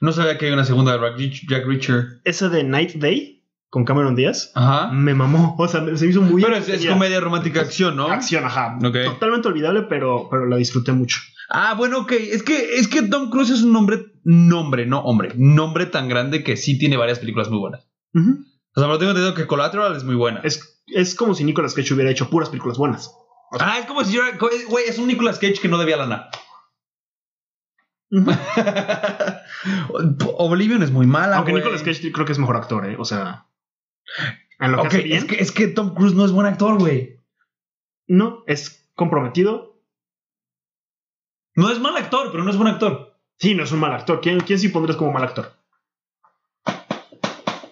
No sabía que hay una segunda de Jack Reach- Jack Reacher. esa de Night Day con Cameron Díaz Ajá. me mamó. O sea, me- se me hizo muy. Pero es, es entretenida. comedia romántica acción, ¿no? Acción, ajá. Ok. Totalmente olvidable, pero, pero la disfruté mucho. Ah, bueno, ok. Es que, es que Tom Cruise es un nombre, nombre, no hombre, nombre tan grande que sí tiene varias películas muy buenas. Ujú. O sea, pero tengo entendido que Collateral es muy buena. es, es como si Nicolas Cage hubiera hecho puras películas buenas. ah, es como si yo... Güey, es un Nicolas Cage que no debía lana. Ujú. Ah, Oblivion es muy mala, Aunque güey. Nicolas Cage creo que es mejor actor, ¿eh? O sea. En lo Ok, que hace bien, es que, es que Tom Cruise no es buen actor, güey. no, es comprometido. No es mal actor, pero no es buen actor. Sí, no es un mal actor. ¿Quién, quién sí pondrías como mal actor?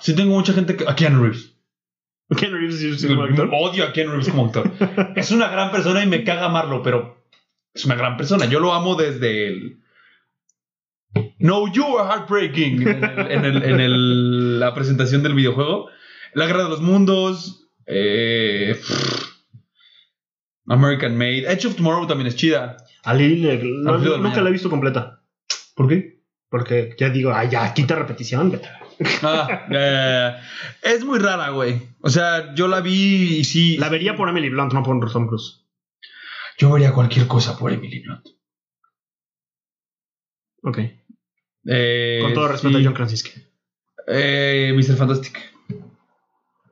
Sí tengo mucha gente que... A Keanu Reeves. ¿Ken Reeves sí es un mal actor? Odio a Keanu Reeves como actor. es una gran persona y me caga amarlo, pero es una gran persona. Yo lo amo desde el. No, you are heartbreaking. En, el- en el- en el- la presentación del videojuego. La Guerra de los Mundos. eh, pff, American Made. Edge of Tomorrow también es chida. A Lily le- no, Al filo de nunca mañana. la he visto completa. ¿Por qué? Porque ya digo, ah, ya, quita repetición. vete. Ah, eh, es muy rara, güey. O sea, yo la vi y sí. La vería por Emily Blunt, no por Tom Cruise. Yo vería cualquier cosa por Emily Blunt. Ok. Eh, Con todo respeto sí. a John Krasinski. Eh, Mr. Fantastic.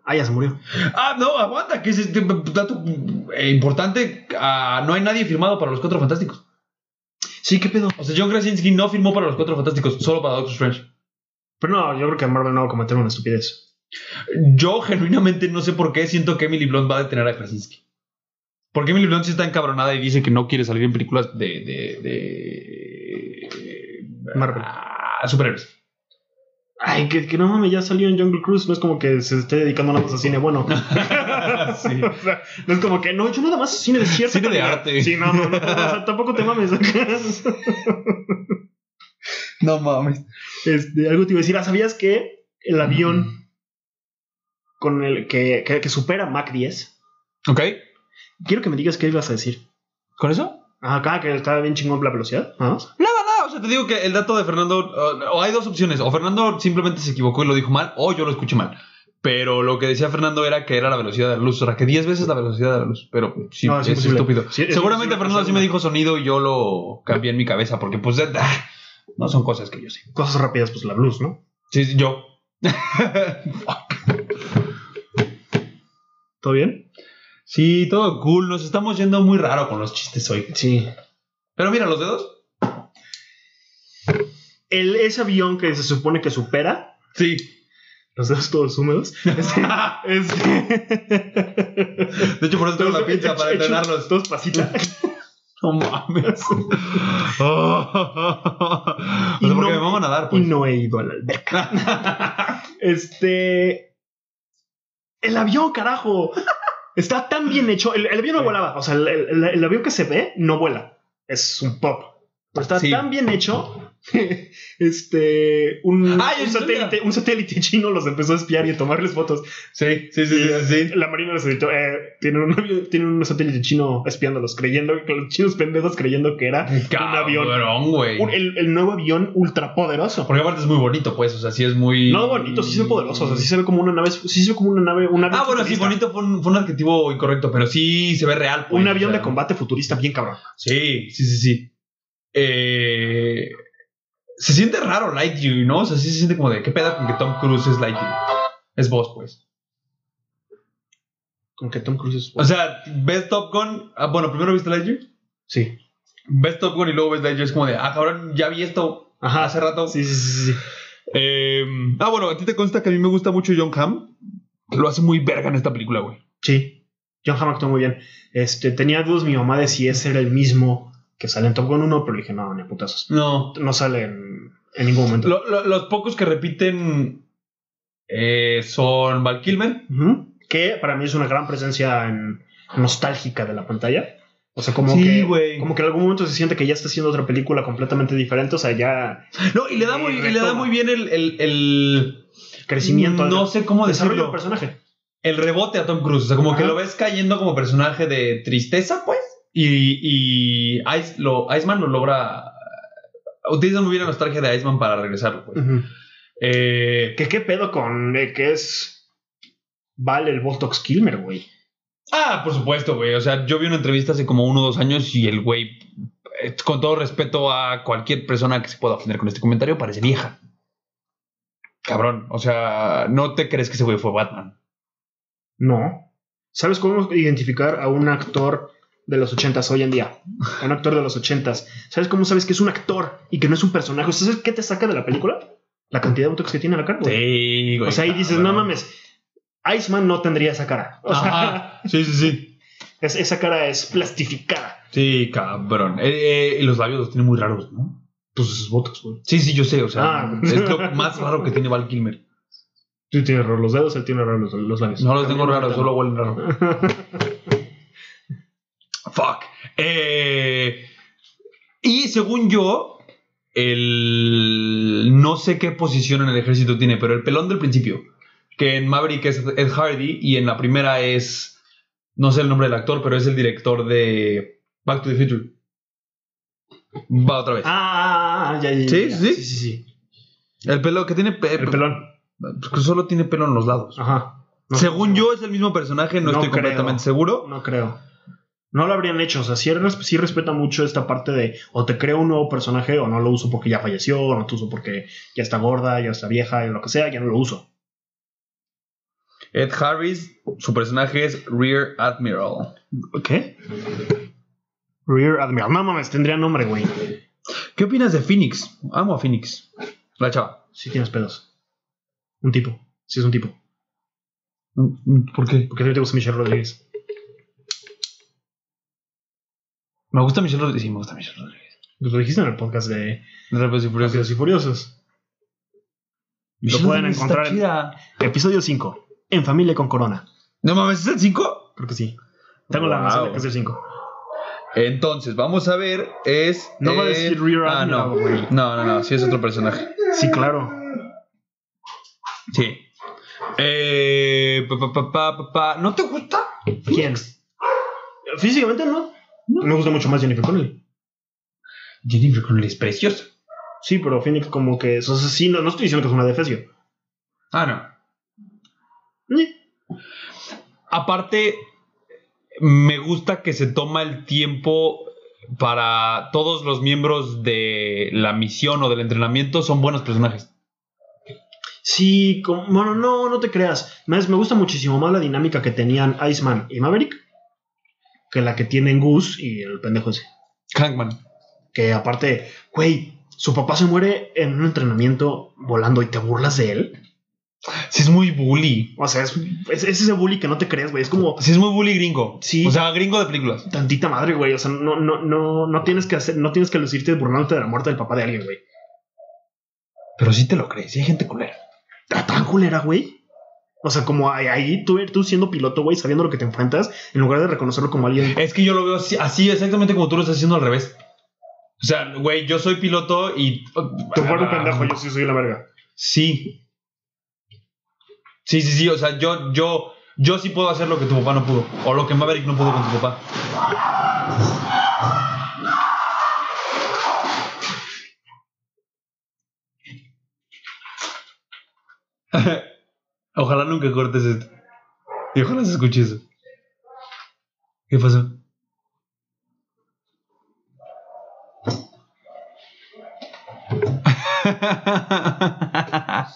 Ah, ya se murió. Ah, no, aguanta, que es este dato eh, importante. Ah, no hay nadie firmado para los Cuatro Fantásticos. Sí, qué pedo. O sea, John Krasinski no firmó para los Cuatro Fantásticos, solo para Doctor Strange. Pero no, yo creo que Marvel no va a cometer una estupidez. Yo genuinamente no sé por qué siento que Emily Blunt va a detener a Krasinski. Porque Emily Blunt sí está encabronada y dice que no quiere salir en películas de. de. de. Marvel. Ah, superhéroes. Ay, que, que no mames, ya salió en Jungle Cruise. No es como que se esté dedicando nada más a cine bueno. Sí. O sea, no es como que no, yo nada más cine de cierta Cine de calidad. arte. Sí, no, no, no, o sea, tampoco te mames. No mames. Este, algo te iba a decir, ah, ¿sabías que el avión con el que, que, que supera Mac 10? ¿Ok? Quiero que me digas qué ibas a decir. ¿Con eso? Ah, Acá, que está bien chingón la velocidad. Ah, Nada, nada, o sea, te digo que el dato de Fernando, o- o hay dos opciones, o Fernando simplemente se equivocó y lo dijo mal, o yo lo escuché mal. Pero lo que decía Fernando era que era la velocidad de la luz, o sea, que 10 veces la velocidad de la luz, pero sí, No, es, es imposible. estúpido. Sí, es Seguramente imposible Fernando pensar sí me una. dijo sonido y yo lo cambié en mi cabeza, porque pues ah, no son cosas que yo sé. Cosas rápidas, pues la luz, ¿no? Sí, sí, yo. ¿Todo bien? Sí, todo cool, nos estamos yendo muy raro con los chistes hoy. Sí. Pero mira, los dedos. El, ese avión que se supone que supera, Sí. los dedos todos húmedos, este, de este- hecho, por eso tengo la pinza para Hecho- entrenarlos. Dos pasitas. No mames. Y o sea, porque no- me van a nadar, Y pues. no he ido a la alberca. Este. El avión, carajo. Está tan bien hecho. El, el avión no volaba. O sea, el, el- el avión que se ve no vuela. Es un pop. Pero está Sí. tan bien hecho. Este. Un, Ah, ya un estoy satélite, un satélite chino los empezó a espiar y a tomarles fotos. sí, sí, sí, sí, sí. La marina les editó. Eh, tienen, un avión- tienen un satélite chino espiándolos, creyendo que los chinos pendejos creyendo que era un avión. Cabrón, güey. un- el, el nuevo avión ultrapoderoso. Porque aparte es muy bonito, pues. O sea, sí es muy. No, bonito, sí se ve poderoso. O sea, sí se ve como una nave. Sí se ve como una nave. Un avión Ah, bueno, sí, futurista. bonito fue un, fue un adjetivo incorrecto, pero sí se ve real. pues, Un o avión sea. de combate futurista bien cabrón. Sí, sí, sí, sí. Eh, se siente raro Lightyear, ¿no? O sea, sí se siente como de qué peda con que Tom Cruise es Lightyear. Es vos, pues. Con que Tom Cruise es. O sea, ves Top Gun. ah, bueno, primero viste Lightyear. sí. Ves Top Gun y luego ves Lightyear. Es como de, ah, cabrón, ya vi esto Ajá. hace rato. Sí, sí, sí, sí. Eh, ah, bueno, a ti te consta que a mí me gusta mucho John Hamm. Lo hace muy verga en esta película, güey. Sí. John Hamm actuó muy bien. Este, tenía dudas mi mamá de si ese era el mismo que sale en Top Gun 1, pero le dije, no, ni a putazos. No. No sale en, en ningún momento. Lo- lo- los pocos que repiten eh, son Val Kilmer. Ujú. Que para mí es una gran presencia en- nostálgica de la pantalla. O sea, como Sí, que. güey. Como que en algún momento se siente que ya está haciendo otra película completamente diferente. O sea, ya No, y le da muy, Eh, y le da retoma. muy bien el, el- el- crecimiento. No sé cómo desarrollo del decirlo. personaje. El rebote a Tom Cruise. O sea, como que Ajá. lo ves cayendo como personaje de tristeza, pues. Y, y Ice- lo, Iceman lo logra. Utilizan muy bien la nostalgia de Iceman para regresarlo, pues. Ujú. Eh, ¿Qué, qué pedo con eh, que es Vale el Botox Kilmer, güey? Ah, por supuesto, güey. O sea, yo vi una entrevista hace como uno o dos años y el güey, eh, con todo respeto a cualquier persona que se pueda ofender con este comentario, parece vieja. Cabrón. O sea, no te crees que ese güey fue Batman. No. ¿Sabes cómo identificar a un actor de los ochentas hoy en día? A Un actor de los ochentas. ¿Sabes cómo sabes que es un actor y que no es un personaje? ¿Sabes qué te saca de la película? La cantidad de botox que tiene en la cara, güey. Sí, güey. o sea, ahí dices, cabrón. no mames, Iceman no tendría esa cara. O sea, Ajá. Sí, sí, sí. es- esa cara es plastificada. Sí, cabrón. Eh, eh, y los labios los tiene muy raros, ¿no? Pues sus botox, güey. Sí, sí, yo sé. O sea, Ah. es lo más raro que tiene Val Kilmer. Tú tienes raro los dedos, él tiene raro los, los labios. No los tengo También raros, no. solo huelen raro. Fuck. Eh, y según yo, el. No sé qué posición en el ejército tiene, pero el pelón del principio. Que en Maverick es Ed Hardy y en la primera es. No sé el nombre del actor, pero es el director de Back to the Future. Va otra vez. Ah, ya, ya. ya, ¿Sí? ya. ¿Sí? Eh, sí, sí. Eh, El pelo que tiene pe- El pelón. pues, solo tiene pelo en los lados. Ajá. No. Según yo es el mismo personaje, no, No estoy creo. completamente seguro. No creo. No lo habrían hecho. O sea, sí, res- sí respeta mucho esta parte de o te creo un nuevo personaje o no lo uso porque ya falleció, o no te uso porque ya está gorda, ya está vieja, y lo que sea, ya no lo uso. Ed Harris, su personaje es Rear Admiral. ¿Qué? Rear Admiral. No mames, tendría nombre, güey. ¿Qué opinas de Phoenix? Amo a Phoenix. La chava. Sí tienes pedos. Un tipo. Sí es un tipo. ¿Por qué? Porque no te gusta Michelle Rodríguez. Me gusta Michelle Rodríguez. Sí, me gusta Michelle Rodríguez. Lo dijiste en el podcast de De Rápidos y Furiosos. Rápidos y Furiosos. Michelle pueden Rodríguez encontrar está en- chida. Episodio 5. En familia con corona. No mames, ¿es el 5? Creo que sí. Tengo la Wow. razón de que es el 5. Entonces, vamos a ver. Es. No va a el- decir Rear Ah, Admiral, no. güey. No, no, no. Sí, es otro personaje. Sí, claro. Sí. Eh, pa, pa, pa, pa, pa, pa. ¿No te gusta? ¿Quién? Físicamente no. No. Me gusta mucho más Jennifer Connelly. Jennifer Connelly es preciosa. Sí, pero Phoenix como que... O sea, sí, no, no estoy diciendo que es una defesio. Ah, no. Aparte, me gusta que se toma el tiempo para todos los miembros de la misión o del entrenamiento. Son buenos personajes. Sí, como, bueno, no, no te creas. Más, me gusta muchísimo más la dinámica que tenían Iceman y Maverick que la que tienen Goose y el pendejo ese. Hankman. Que aparte, güey, su papá se muere en un entrenamiento volando y te burlas de él. Sí, es muy bully. O sea, es, es- es ese bully que no te crees, güey. Es como... Sí, es muy bully gringo. Sí. O sea, gringo de películas. Tantita madre, güey. O sea, no, no, no, no tienes que hacer, no tienes que lucirte burlándote de la muerte del papá de alguien, güey. Pero sí te lo crees. Sí hay gente culera. ¿Está Ah, tan culera, güey? O sea, como ahí, ahí tú, tú siendo piloto, güey, sabiendo lo que te enfrentas, en lugar de reconocerlo como alguien. Es que yo lo veo así, así exactamente como tú lo estás haciendo al revés. O sea, güey, yo soy piloto y... Ah, Te muero un pendejo, yo sí soy la verga. Sí. Sí, sí, sí. O sea, yo, yo, yo sí puedo hacer lo que tu papá no pudo. O lo que Maverick no pudo con tu papá. ojalá nunca cortes esto. Y ojalá se escuche eso. ¿Qué pasó?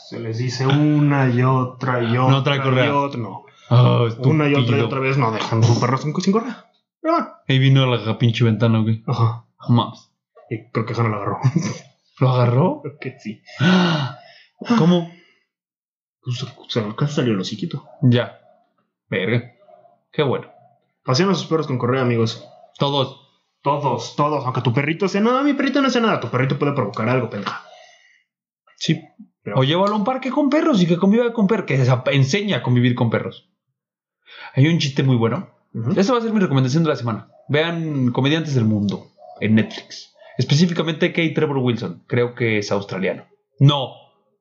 Se les dice una y otra y otra. Ah. No trae correa. Y otra, no. Ah, Una y otra y estúpido. otra vez, no, dejan su perro sin, sin correa. Pero bueno. Ahí vino la pinche ventana, güey. Ajá. Mames. Y creo que no lo agarró. ¿Lo agarró? creo que sí. ¿Cómo? Pues, o sea, casi salió el hociquito. Ya. Verga. Qué bueno. Pasean a sus perros con correa, amigos. Todos. Todos, todos. Aunque tu perrito sea nada, mi perrito no hace nada. Tu perrito puede provocar algo, pendeja. Sí. Pero- O llévalo a un parque con perros y que conviva con perros. Que se ap- enseña a convivir con perros. Hay un chiste muy bueno. Ujú. Esa va a ser mi recomendación de la semana. Vean Comediantes del Mundo en Netflix. Específicamente Kate Trevor Wilson. Creo que es australiano. No.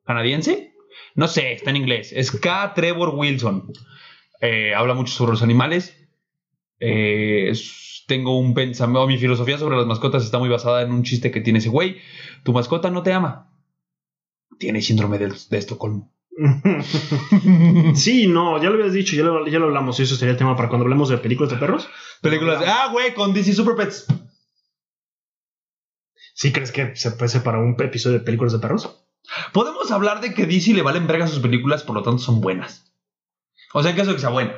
¿Canadiense? No sé, está en inglés. Es K. Trevor Wilson. Eh, habla mucho sobre los animales. Eh, es- tengo un pensamiento. Mi filosofía sobre las mascotas está muy basada en un chiste que tiene ese güey. Tu mascota no te ama. Tiene síndrome de, de Estocolmo. Sí, no, ya lo habías dicho, ya lo, ya lo hablamos. Eso sería tema para cuando hablemos de películas de perros. Películas. Ah, güey, con DC Super Pets. ¿Sí crees que se pese para un episodio de películas de perros? Podemos hablar de que DC le valen verga sus películas, por lo tanto son buenas. O sea, en caso de que sea buena.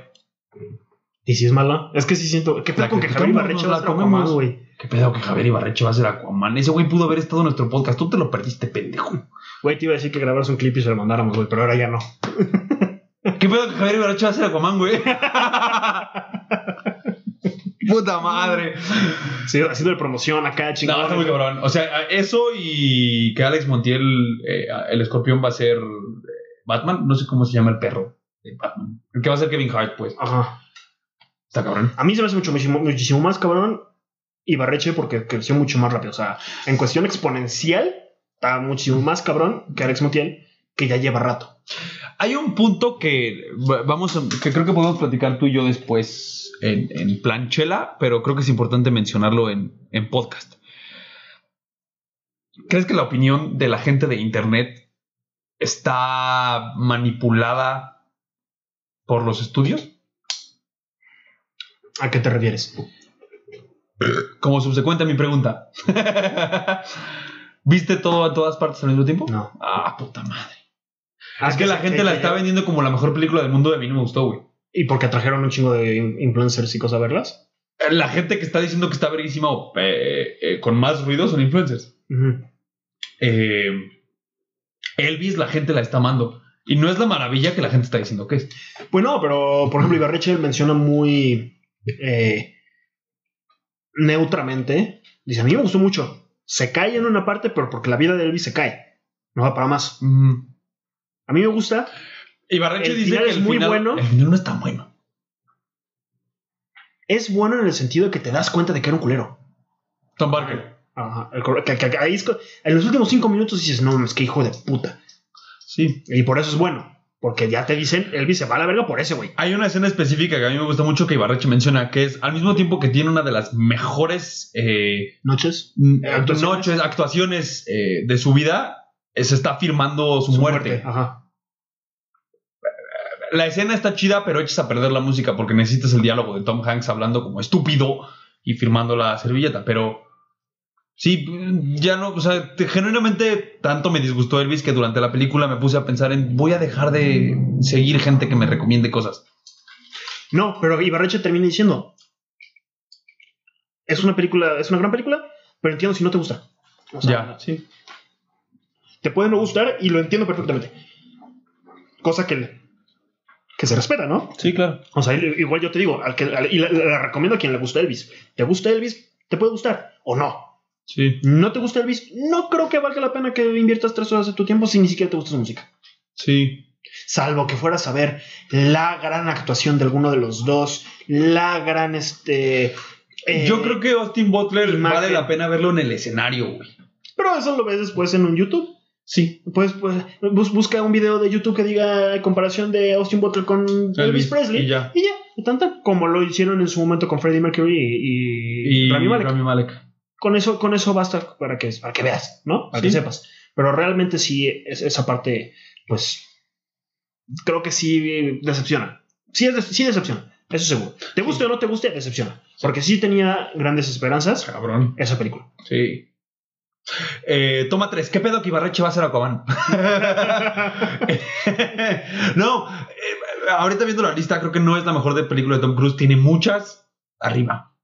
¿Y si es mala? Es que sí siento. ¿Qué La pasa con que Javier criticamos, Barrecho nos va la a estar comemos. Aquaman, güey? Qué pedo que Javier Ibarreche va a ser Aquaman. Ese güey pudo haber estado en nuestro podcast. Tú te lo perdiste, pendejo. Güey, te iba a decir que grabaras un clip y se lo mandáramos, güey, pero ahora ya no. Qué pedo que Javier Ibarreche va a ser Aquaman, güey. Puta madre. Sí, haciéndole promoción acá, No, chingada. está muy cabrón. O sea, eso y que Alex Montiel, eh, el escorpión, va a ser eh, Batman. No sé cómo se llama el perro de Batman. El que va a ser Kevin Hart, pues. Ajá. Está cabrón. A mí se me hace mucho, muchísimo, muchísimo más cabrón y Barreche porque creció mucho más rápido. O sea, en cuestión exponencial, está muchísimo más cabrón que Alex Montiel, que ya lleva rato. Hay un punto que va- vamos a- que creo que podemos platicar tú y yo después en, en planchela, pero creo que es importante mencionarlo en, en podcast. ¿Crees que la opinión de la gente de Internet está manipulada por los estudios? ¿A qué te refieres? Como subsecuente a mi pregunta. ¿Viste todo a todas partes al mismo tiempo? No. Ah, puta madre. Ah, es que la sí, gente sí, la sí, está ya. vendiendo como la mejor película del mundo y a mí no me gustó, güey. ¿Y porque trajeron un chingo de in- influencers y cosas a verlas? La gente que está diciendo que está verguísima o, eh, eh, con más ruido son influencers. Eh, Elvis, la gente la está amando. Y no es la maravilla que la gente está diciendo que es. Pues no, pero por ejemplo, Ibarreche menciona muy eh, neutramente. Dice, a mí me gustó mucho. Se cae en una parte, pero porque la vida de Elvis se cae. No va para más. A mí me gusta. Y Barreche Mm. El dice final que es el muy final- bueno. El final no es tan bueno. Es bueno en el sentido de que te das cuenta de que era un culero. Tom Barker. Ajá, el cor- que- que- que ahí es co- en los últimos cinco minutos dices, no mames, qué hijo de puta. Sí. Y por eso es bueno. Porque ya te dicen, Elvis se va a la verga por ese güey. Hay una escena específica que a mí me gusta mucho que Ibarreche menciona, que es al mismo tiempo que tiene una de las mejores eh, Noches. actuaciones. actuaciones. noches, actuaciones eh, de su vida, eh, se está firmando su, muerte. Ajá. La escena está chida, pero echas a perder la música porque necesitas el diálogo de Tom Hanks hablando como estúpido y firmando la servilleta. Pero sí, ya no, o sea, te- genuinamente tanto me disgustó Elvis que durante la película me puse a pensar en voy a dejar de seguir gente que me recomiende cosas. No, pero Ibarreche termina diciendo, es una película, es una gran película, pero entiendo si no te gusta. O sea, ya, sí. te puede no gustar y lo entiendo perfectamente. Cosa que, que se respeta, ¿no? Sí, claro. O sea, igual yo te digo, al que, al- y la, la recomiendo a quien le gusta Elvis. ¿Te gusta Elvis? ¿Te puede gustar? ¿O no? Sí, ¿No te gusta Elvis? No creo que valga la pena que inviertas tres horas de tu tiempo si ni siquiera te gusta su música. sí. Salvo que fueras a ver la gran actuación de alguno de los dos, la gran, este... eh, Yo creo que Austin Butler imagen. vale la pena verlo en el escenario, güey. Pero eso lo ves después en un YouTube. Sí. Pues, pues bus- busca un video de YouTube que diga comparación de Austin Butler con Elvis, Presley. Y ya. Y ya, tanto como lo hicieron en su momento con Freddie Mercury y, y, Y Rami Malek. Rami Malek. Con eso, con eso basta para que, para que veas, ¿no? Para Sí. que sepas. Pero realmente sí, es- esa parte, pues, creo que sí decepciona. Sí, es de- sí decepciona, eso seguro. Te guste o no te guste, decepciona. Porque sí tenía grandes esperanzas Cabrón. esa película. Sí. Eh, toma tres. ¿Qué pedo que Ibarreche va a ser Aquaman? no, eh, ahorita viendo la lista, creo que no es la mejor de película de Tom Cruise. Tiene muchas arriba.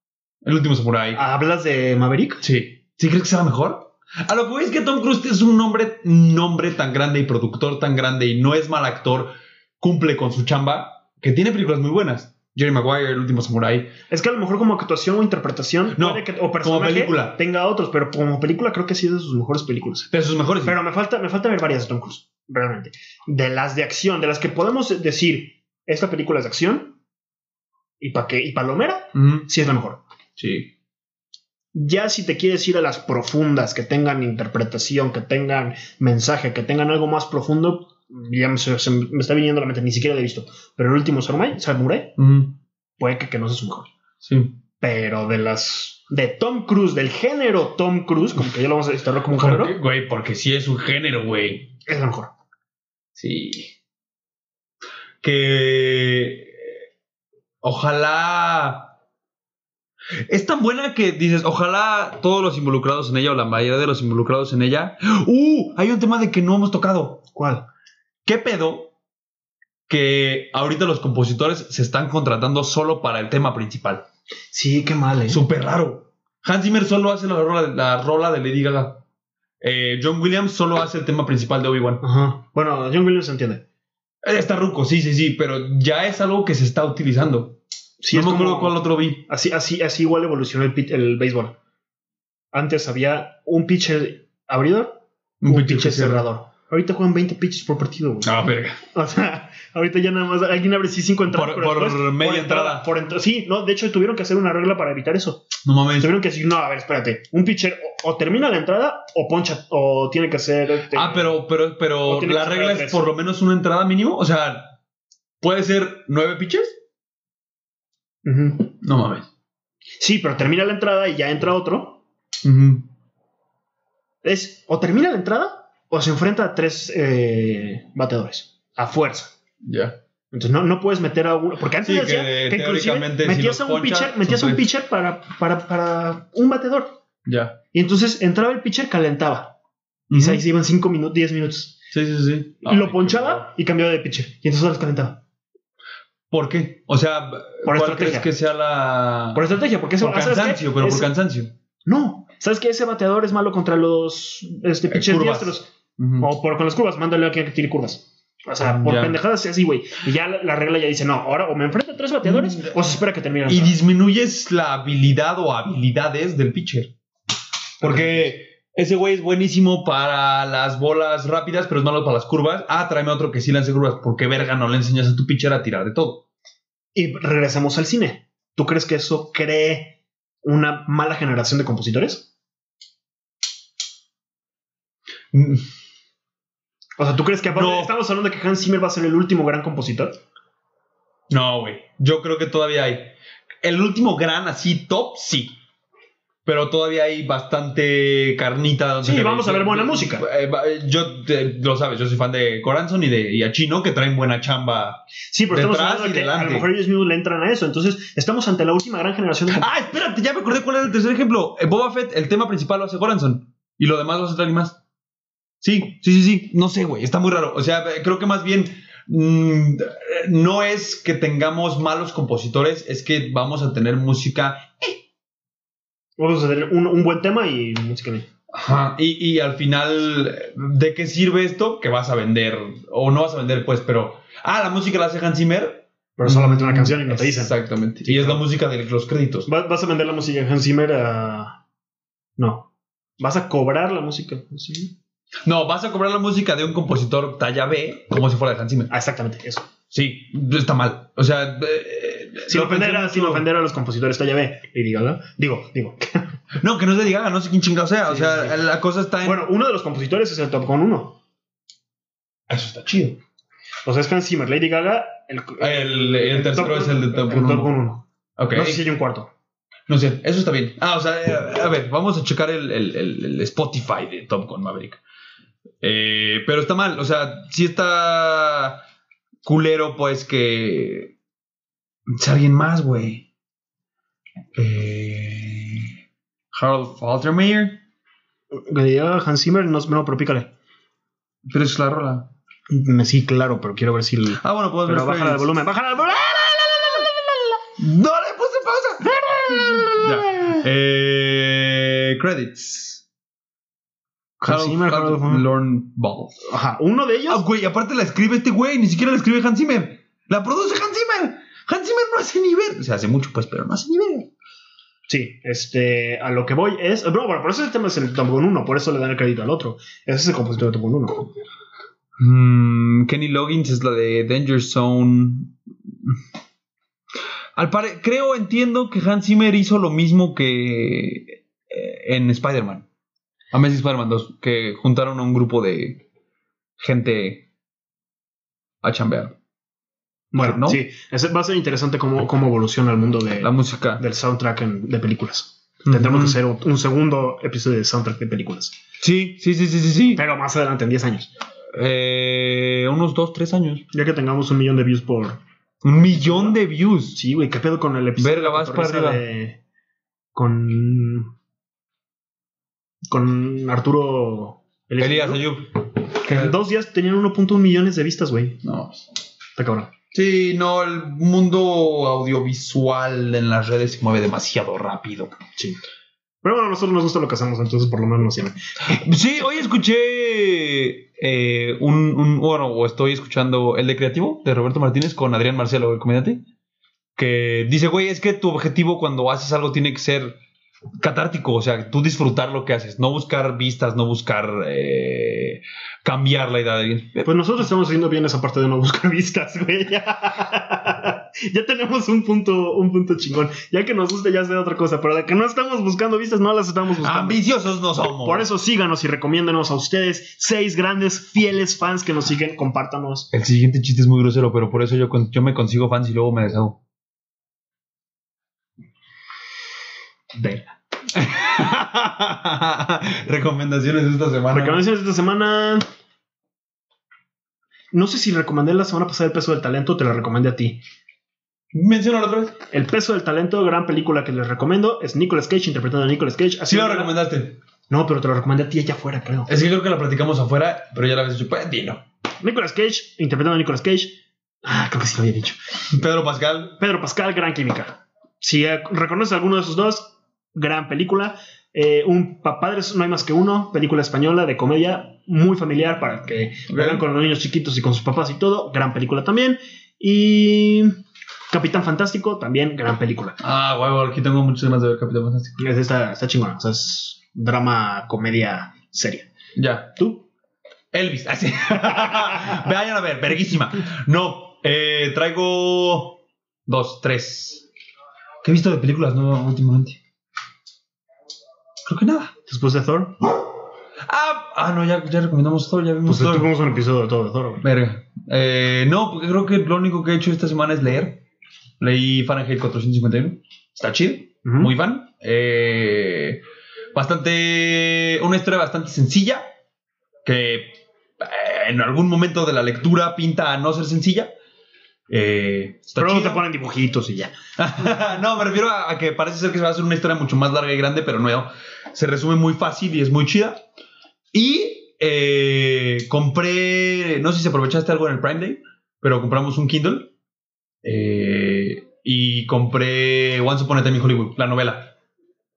El último samurai. ¿Hablas de Maverick? Sí. ¿Sí crees que será mejor? A lo que voy es que Tom Cruise es un hombre, nombre tan grande y productor tan grande y no es mal actor, cumple con su chamba, que tiene películas muy buenas. Jerry Maguire, El último samurai. Es que a lo mejor como actuación o interpretación No, puede que- o personaje película. tenga otros, pero como película creo que sí es de sus mejores películas. De sus mejores. Pero me falta, me falta ver varias de Tom Cruise, realmente. De las de acción, de las que podemos decir, esta película es de acción y, pa qué, y Palomera, Ujú, sí es la mejor. sí. Ya si te quieres ir a las profundas, que tengan interpretación, que tengan mensaje, que tengan algo más profundo, ya me, se- se me está viniendo a la mente, ni siquiera la he visto. Pero el último Samurai, Samurai Ujú, puede que, que no sea su mejor. sí. pero de las de Tom Cruise, del género Tom Cruise, como que ya lo vamos a instalar como un género, Porque, güey, porque sí es un género, güey. es la mejor. Sí. Que ojalá es tan buena que dices, ojalá todos los involucrados en ella o la mayoría de los involucrados en ella. Uh, hay un tema de que no hemos tocado. ¿Cuál? ¿Qué pedo? Que ahorita los compositores se están contratando solo para el tema principal. Sí, qué mal, ¿eh? Súper raro. Hans Zimmer solo hace la rola, la rola de Lady Gaga. Eh, John Williams solo hace el tema principal de Obi-Wan. Ajá. Bueno, John Williams se entiende. Eh, Está ruco, sí, sí, sí, pero ya es algo que se está utilizando. Sí, no es me acuerdo como- cuál otro vi. Así, así, así igual evolucionó el, pit- el béisbol. Antes había un pitcher abridor, un, pitcher, cerrador. Ahorita juegan 20 pitches por partido, güey. Ah, verga. O sea, ahorita ya nada más alguien abre sí 5 entradas. Por- pero por después- media por entrada. Por entra- sí, no, de hecho tuvieron que hacer una regla para evitar eso. No mames. Tuvieron que decir, no, a ver, espérate, un pitcher o, o termina la entrada o poncha, o tiene que hacer... este, Ah, pero, pero, No pero tiene que la ser regla es tres. por lo menos una entrada mínimo. O sea, ¿puede ser nueve pitches? Ujú. No mames. Sí, pero termina la entrada y ya entra otro, Es o termina la entrada o se enfrenta a tres eh, bateadores a fuerza. Ya. Entonces no, no puedes meter a uno. Porque antes Sí, decía que que, inclusive teóricamente si metías los pues, a un poncha, pitcher, metías son un tres. pitcher para, para, para un batedor. Ya. Y entonces entraba el pitcher, calentaba. Y Ujú. ahí se iban 5 minutos, 10 minutos. Sí, sí, sí. Ay, lo qué ponchaba horror. y cambiaba de pitcher. Y entonces los calentaba. ¿Por qué? O sea, ¿cuál estrategia. crees que sea la. Por estrategia, porque ese Por ah, ¿sabes qué? cansancio, pero por Ese- cansancio. No. ¿Sabes que Ese bateador es malo contra los este, pitchers Eh, curvas. diestros. Ujú. O por, con las curvas, mándale a quien que tire curvas. O sea, por Ya. pendejadas así, güey. Y ya la, la regla ya dice, no, ahora o me enfrento a tres bateadores Mm. o se espera que termine. la Y entrada. disminuyes la habilidad o habilidades del pitcher. Porque ese güey es buenísimo para las bolas rápidas, pero es malo para las curvas. Ah, tráeme otro que sí lance curvas. Porque verga, no le enseñas a tu pitcher a tirar de todo. Y regresamos al cine. ¿Tú crees que eso cree una mala generación de compositores? Mm, O sea, ¿tú crees que aparte- No. estamos hablando de que Hans Zimmer va a ser el último gran compositor? No, güey. Yo creo que todavía hay. El último gran así top, sí. Pero todavía hay bastante carnita. donde Sí, se- vamos a ver buena música. Eh, va- eh, Yo, eh, lo sabes, yo soy fan de Coranzon y de y a Chino, que traen buena chamba Sí, pero estamos Detrás hablando de y que a lo delante. mejor ellos mismos le entran a eso. Entonces, estamos ante la última gran generación de Ah, espérate, ya me acordé cuál era el tercer ejemplo. En Boba Fett, el tema principal lo hace Goranson. Y lo demás lo hace alguien más. Sí, sí, sí, sí. No sé, güey. Está muy raro. O sea, eh, creo que más bien. mm, no es que tengamos malos compositores, es que vamos a tener música. Vamos a tener un, un buen tema y música bien. Ajá. Y, y al final, eh, ¿de qué sirve esto? Que vas a vender. O no vas a vender, pues, pero. Ah, la música la hace Hans Zimmer. Pero solamente Mm. una canción y no te dicen. Exactamente. Sí, y es la claro. música de los créditos. Va- ¿Vas a vender la música de Hans Zimmer a...? No. ¿Vas a cobrar la música? de Hans Zimmer? No, vas a cobrar la música de un compositor talla B, como si fuera de Hans Zimmer. Ah, exactamente, eso. Sí, está mal. O sea, eh, Sin, lo ofender, a, pensé sin mucho. ofender a los compositores, ya ve. Y digo, ¿no? digo, digo. No, que no se diga, no sé quién chingado sea. o Sí, sea, sí. la cosa está en. Bueno, uno de los compositores es el Top Gun 1. eso está chido. O sea, es Hans Zimmer, Lady Gaga, el, El, el tercero Top- es el de Top el Gun. Top Gun uno. Ok. No sé si hay un cuarto. No sé, eso está bien. Ah, o sea, eh, a ver, vamos a checar el, el- el- el Spotify de Top Gun Maverick. Eh, pero está mal, o sea, sí está culero, pues que. Es alguien más, güey. Eh, Harold Faltermeyer. Lady Gaga, Hans Zimmer, no, no, pero pícale. Pero es la rola. Me- Sí, claro, pero quiero ver si. el- Ah, bueno, podemos Pero ver. bájala de Friends. volumen, bájala de volumen. No le puse pausa. Ya. Eh, credits. Hans Zimmer, Harold Faltermeyer. Lorne Ball. Ajá, uno de Ah, ellos. güey, aparte la escribe este güey, ni siquiera la escribe Hans Zimmer. La produce Hans Zimmer. Hans Zimmer no hace ni ver. O sea, hace mucho, pues, pero no hace ni ver. Sí, este, a lo que voy es. No, bueno, por eso el tema es el Top Gun 1, por eso le dan el crédito al otro. Ese es el compositor de Top Gun 1. Mm, Kenny Loggins es la de Danger Zone. Al pare- creo, entiendo que Hans Zimmer hizo lo mismo que eh, en Spider-Man. Amazing Spider-Man 2, que juntaron a un grupo de gente a chambear. Bueno, ¿No? sí, ese va a ser interesante cómo, cómo evoluciona el mundo de, La música. del soundtrack en- de películas. Tendremos que Ujú. hacer un segundo episodio de soundtrack de películas. Sí, sí, sí, sí, sí. sí. Pero más adelante, en 10 años. Eh, unos dos, tres años. Ya que tengamos un millón de views por, Un millón de views. Sí, güey, ¿qué pedo con el episodio? Verga, vas cotorriza para arriba. de- con. Con Arturo Elías ¿no? Ayub. Que en dos días tenían 1.1 millones de vistas, güey. No, pues. Está cabrón. Sí, no, el mundo audiovisual en las redes se mueve demasiado rápido. Sí. Pero bueno, a nosotros nos gusta lo que hacemos, entonces por lo menos nos sirve. Sí, hoy escuché eh, un, un- bueno, o estoy escuchando el de creativo de Roberto Martínez con Adrián Marcelo, el comediante, que dice, güey, es que tu objetivo cuando haces algo tiene que ser catártico, o sea, tú disfrutar lo que haces, no buscar vistas, no buscar eh, cambiar la edad de alguien. Pues nosotros estamos haciendo bien esa parte de no buscar vistas, güey. ya tenemos un punto, un punto chingón. Ya que nos guste, ya sea otra cosa. Pero de que no estamos buscando vistas, no las estamos Ah, buscando. Ambiciosos no somos. Por eso síganos y recomiéndanos a ustedes, seis grandes, fieles fans que nos siguen, compártanos. El siguiente chiste es muy grosero, pero por eso yo, con- yo me consigo fans y luego me deshago. Verga. Recomendaciones esta semana. Recomendaciones de esta semana. No sé si recomendé la semana pasada El peso del talento, te la recomendé a ti. Menciónalo otra vez. El peso del talento, gran película que les recomiendo, es Nicolas Cage interpretando a Nicolas Cage. Sí lo que- recomendaste. No, pero te lo recomendé a ti allá afuera, creo. Es que creo que la platicamos afuera, pero ya la habías dicho. Pues dilo. Nicolas Cage interpretando a Nicolas Cage. Ah, creo que sí lo había dicho. Pedro Pascal. Pedro Pascal, gran química. Si eh, reconoces alguno de esos dos, gran película. Eh, un pa- Padres No hay más que uno, película española de comedia, muy familiar para que la vean con los niños chiquitos y con sus papás y todo, gran película también. Y Capitán Fantástico, también gran película. Ah, huevo, aquí tengo muchas ganas de ver Capitán Fantástico. Es- Está, está chingona, o sea, es drama, comedia seria. Ya. ¿Tú? Elvis, así. Vayan a ver, verguísima. No, eh, traigo dos, tres. ¿Qué he visto de películas no últimamente? Creo que nada. Después de Thor, Ah, ah no, ya, ya recomendamos todo, ya vimos pues todo. tuvimos un episodio de todo de Thor. güey. Verga. Eh, no, porque creo que lo único que he hecho esta semana es leer. Leí Fahrenheit 451. Está chido, Ujú. muy fan. Eh, bastante. Una historia bastante sencilla. Que eh, en algún momento de la lectura pinta a no ser sencilla. Eh, está Pero luego chido. te ponen dibujitos y ya. no, me refiero a, a que parece ser que se va a hacer una historia mucho más larga y grande, pero no. Se resume muy fácil y es muy chida. Y eh, compré, no sé si aprovechaste algo en el Prime Day, pero compramos un Kindle. eh, y compré Once Upon a Time in Hollywood, la novela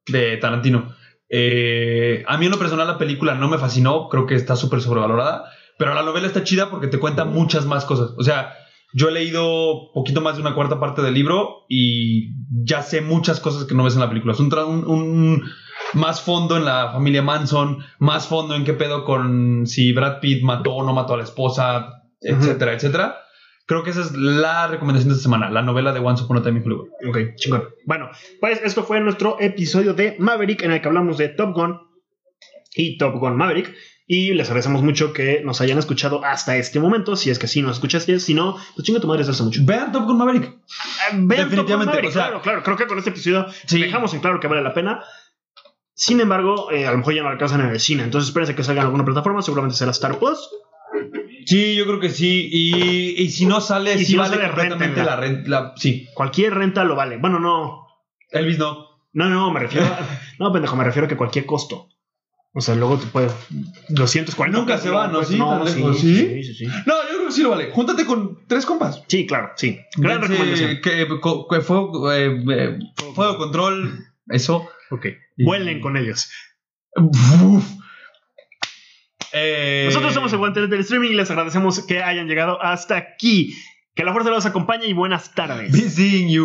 de Tarantino. Eh, a mí en lo personal la película no me fascinó, creo que está súper sobrevalorada, pero la novela está chida porque te cuenta muchas más cosas. O sea, yo he leído poquito más de una cuarta parte del libro y ya sé muchas cosas que no ves en la película. Es un, tra- un- un más fondo en la familia Manson, más fondo en qué pedo con si Brad Pitt mató o no mató a la esposa, etcétera, etcétera. Creo que esa es la recomendación de esta semana, la novela de Once Upon a Time in Hollywood. Ok, chingón. Bueno, pues esto fue nuestro episodio de Maverick en el que hablamos de Top Gun y Top Gun Maverick. Y les agradecemos mucho que nos hayan escuchado hasta este momento. Si es que sí nos escuchaste, si no, pues chinga tu madre, se hace mucho. Vean Top Gun Maverick. Ah, vean Top Gun Definitivamente, Maverick, o sea- claro, claro. Creo que con este episodio Sí. dejamos en claro que vale la pena. Sin embargo, eh, a lo mejor ya no alcanzan en el cine. Entonces espérense que salga en alguna plataforma. Seguramente será Star Plus. Sí, yo creo que sí. Y, y si no sale, Y sí si no vale sale, completamente réntenla. la renta. sí, Cualquier renta lo vale. Bueno, no. Elvis no. No, no, me refiero a, No, pendejo, me refiero a que cualquier costo. O sea, luego te puede... 240... Nunca se va, ¿no? Pues Sí, tan lejos. sí, sí, sí. No, yo creo que sí lo vale. Júntate con tres compas. Sí, claro, sí. Gran Dense recomendación. Que, co- que fuego, eh, eh, fuego control, eso. Ok. Y- Vuelen con ellos. Uf. Eh, Nosotros somos el guantelete del streaming y les agradecemos que hayan llegado hasta aquí. Que la fuerza los acompañe y buenas tardes. Be seeing you.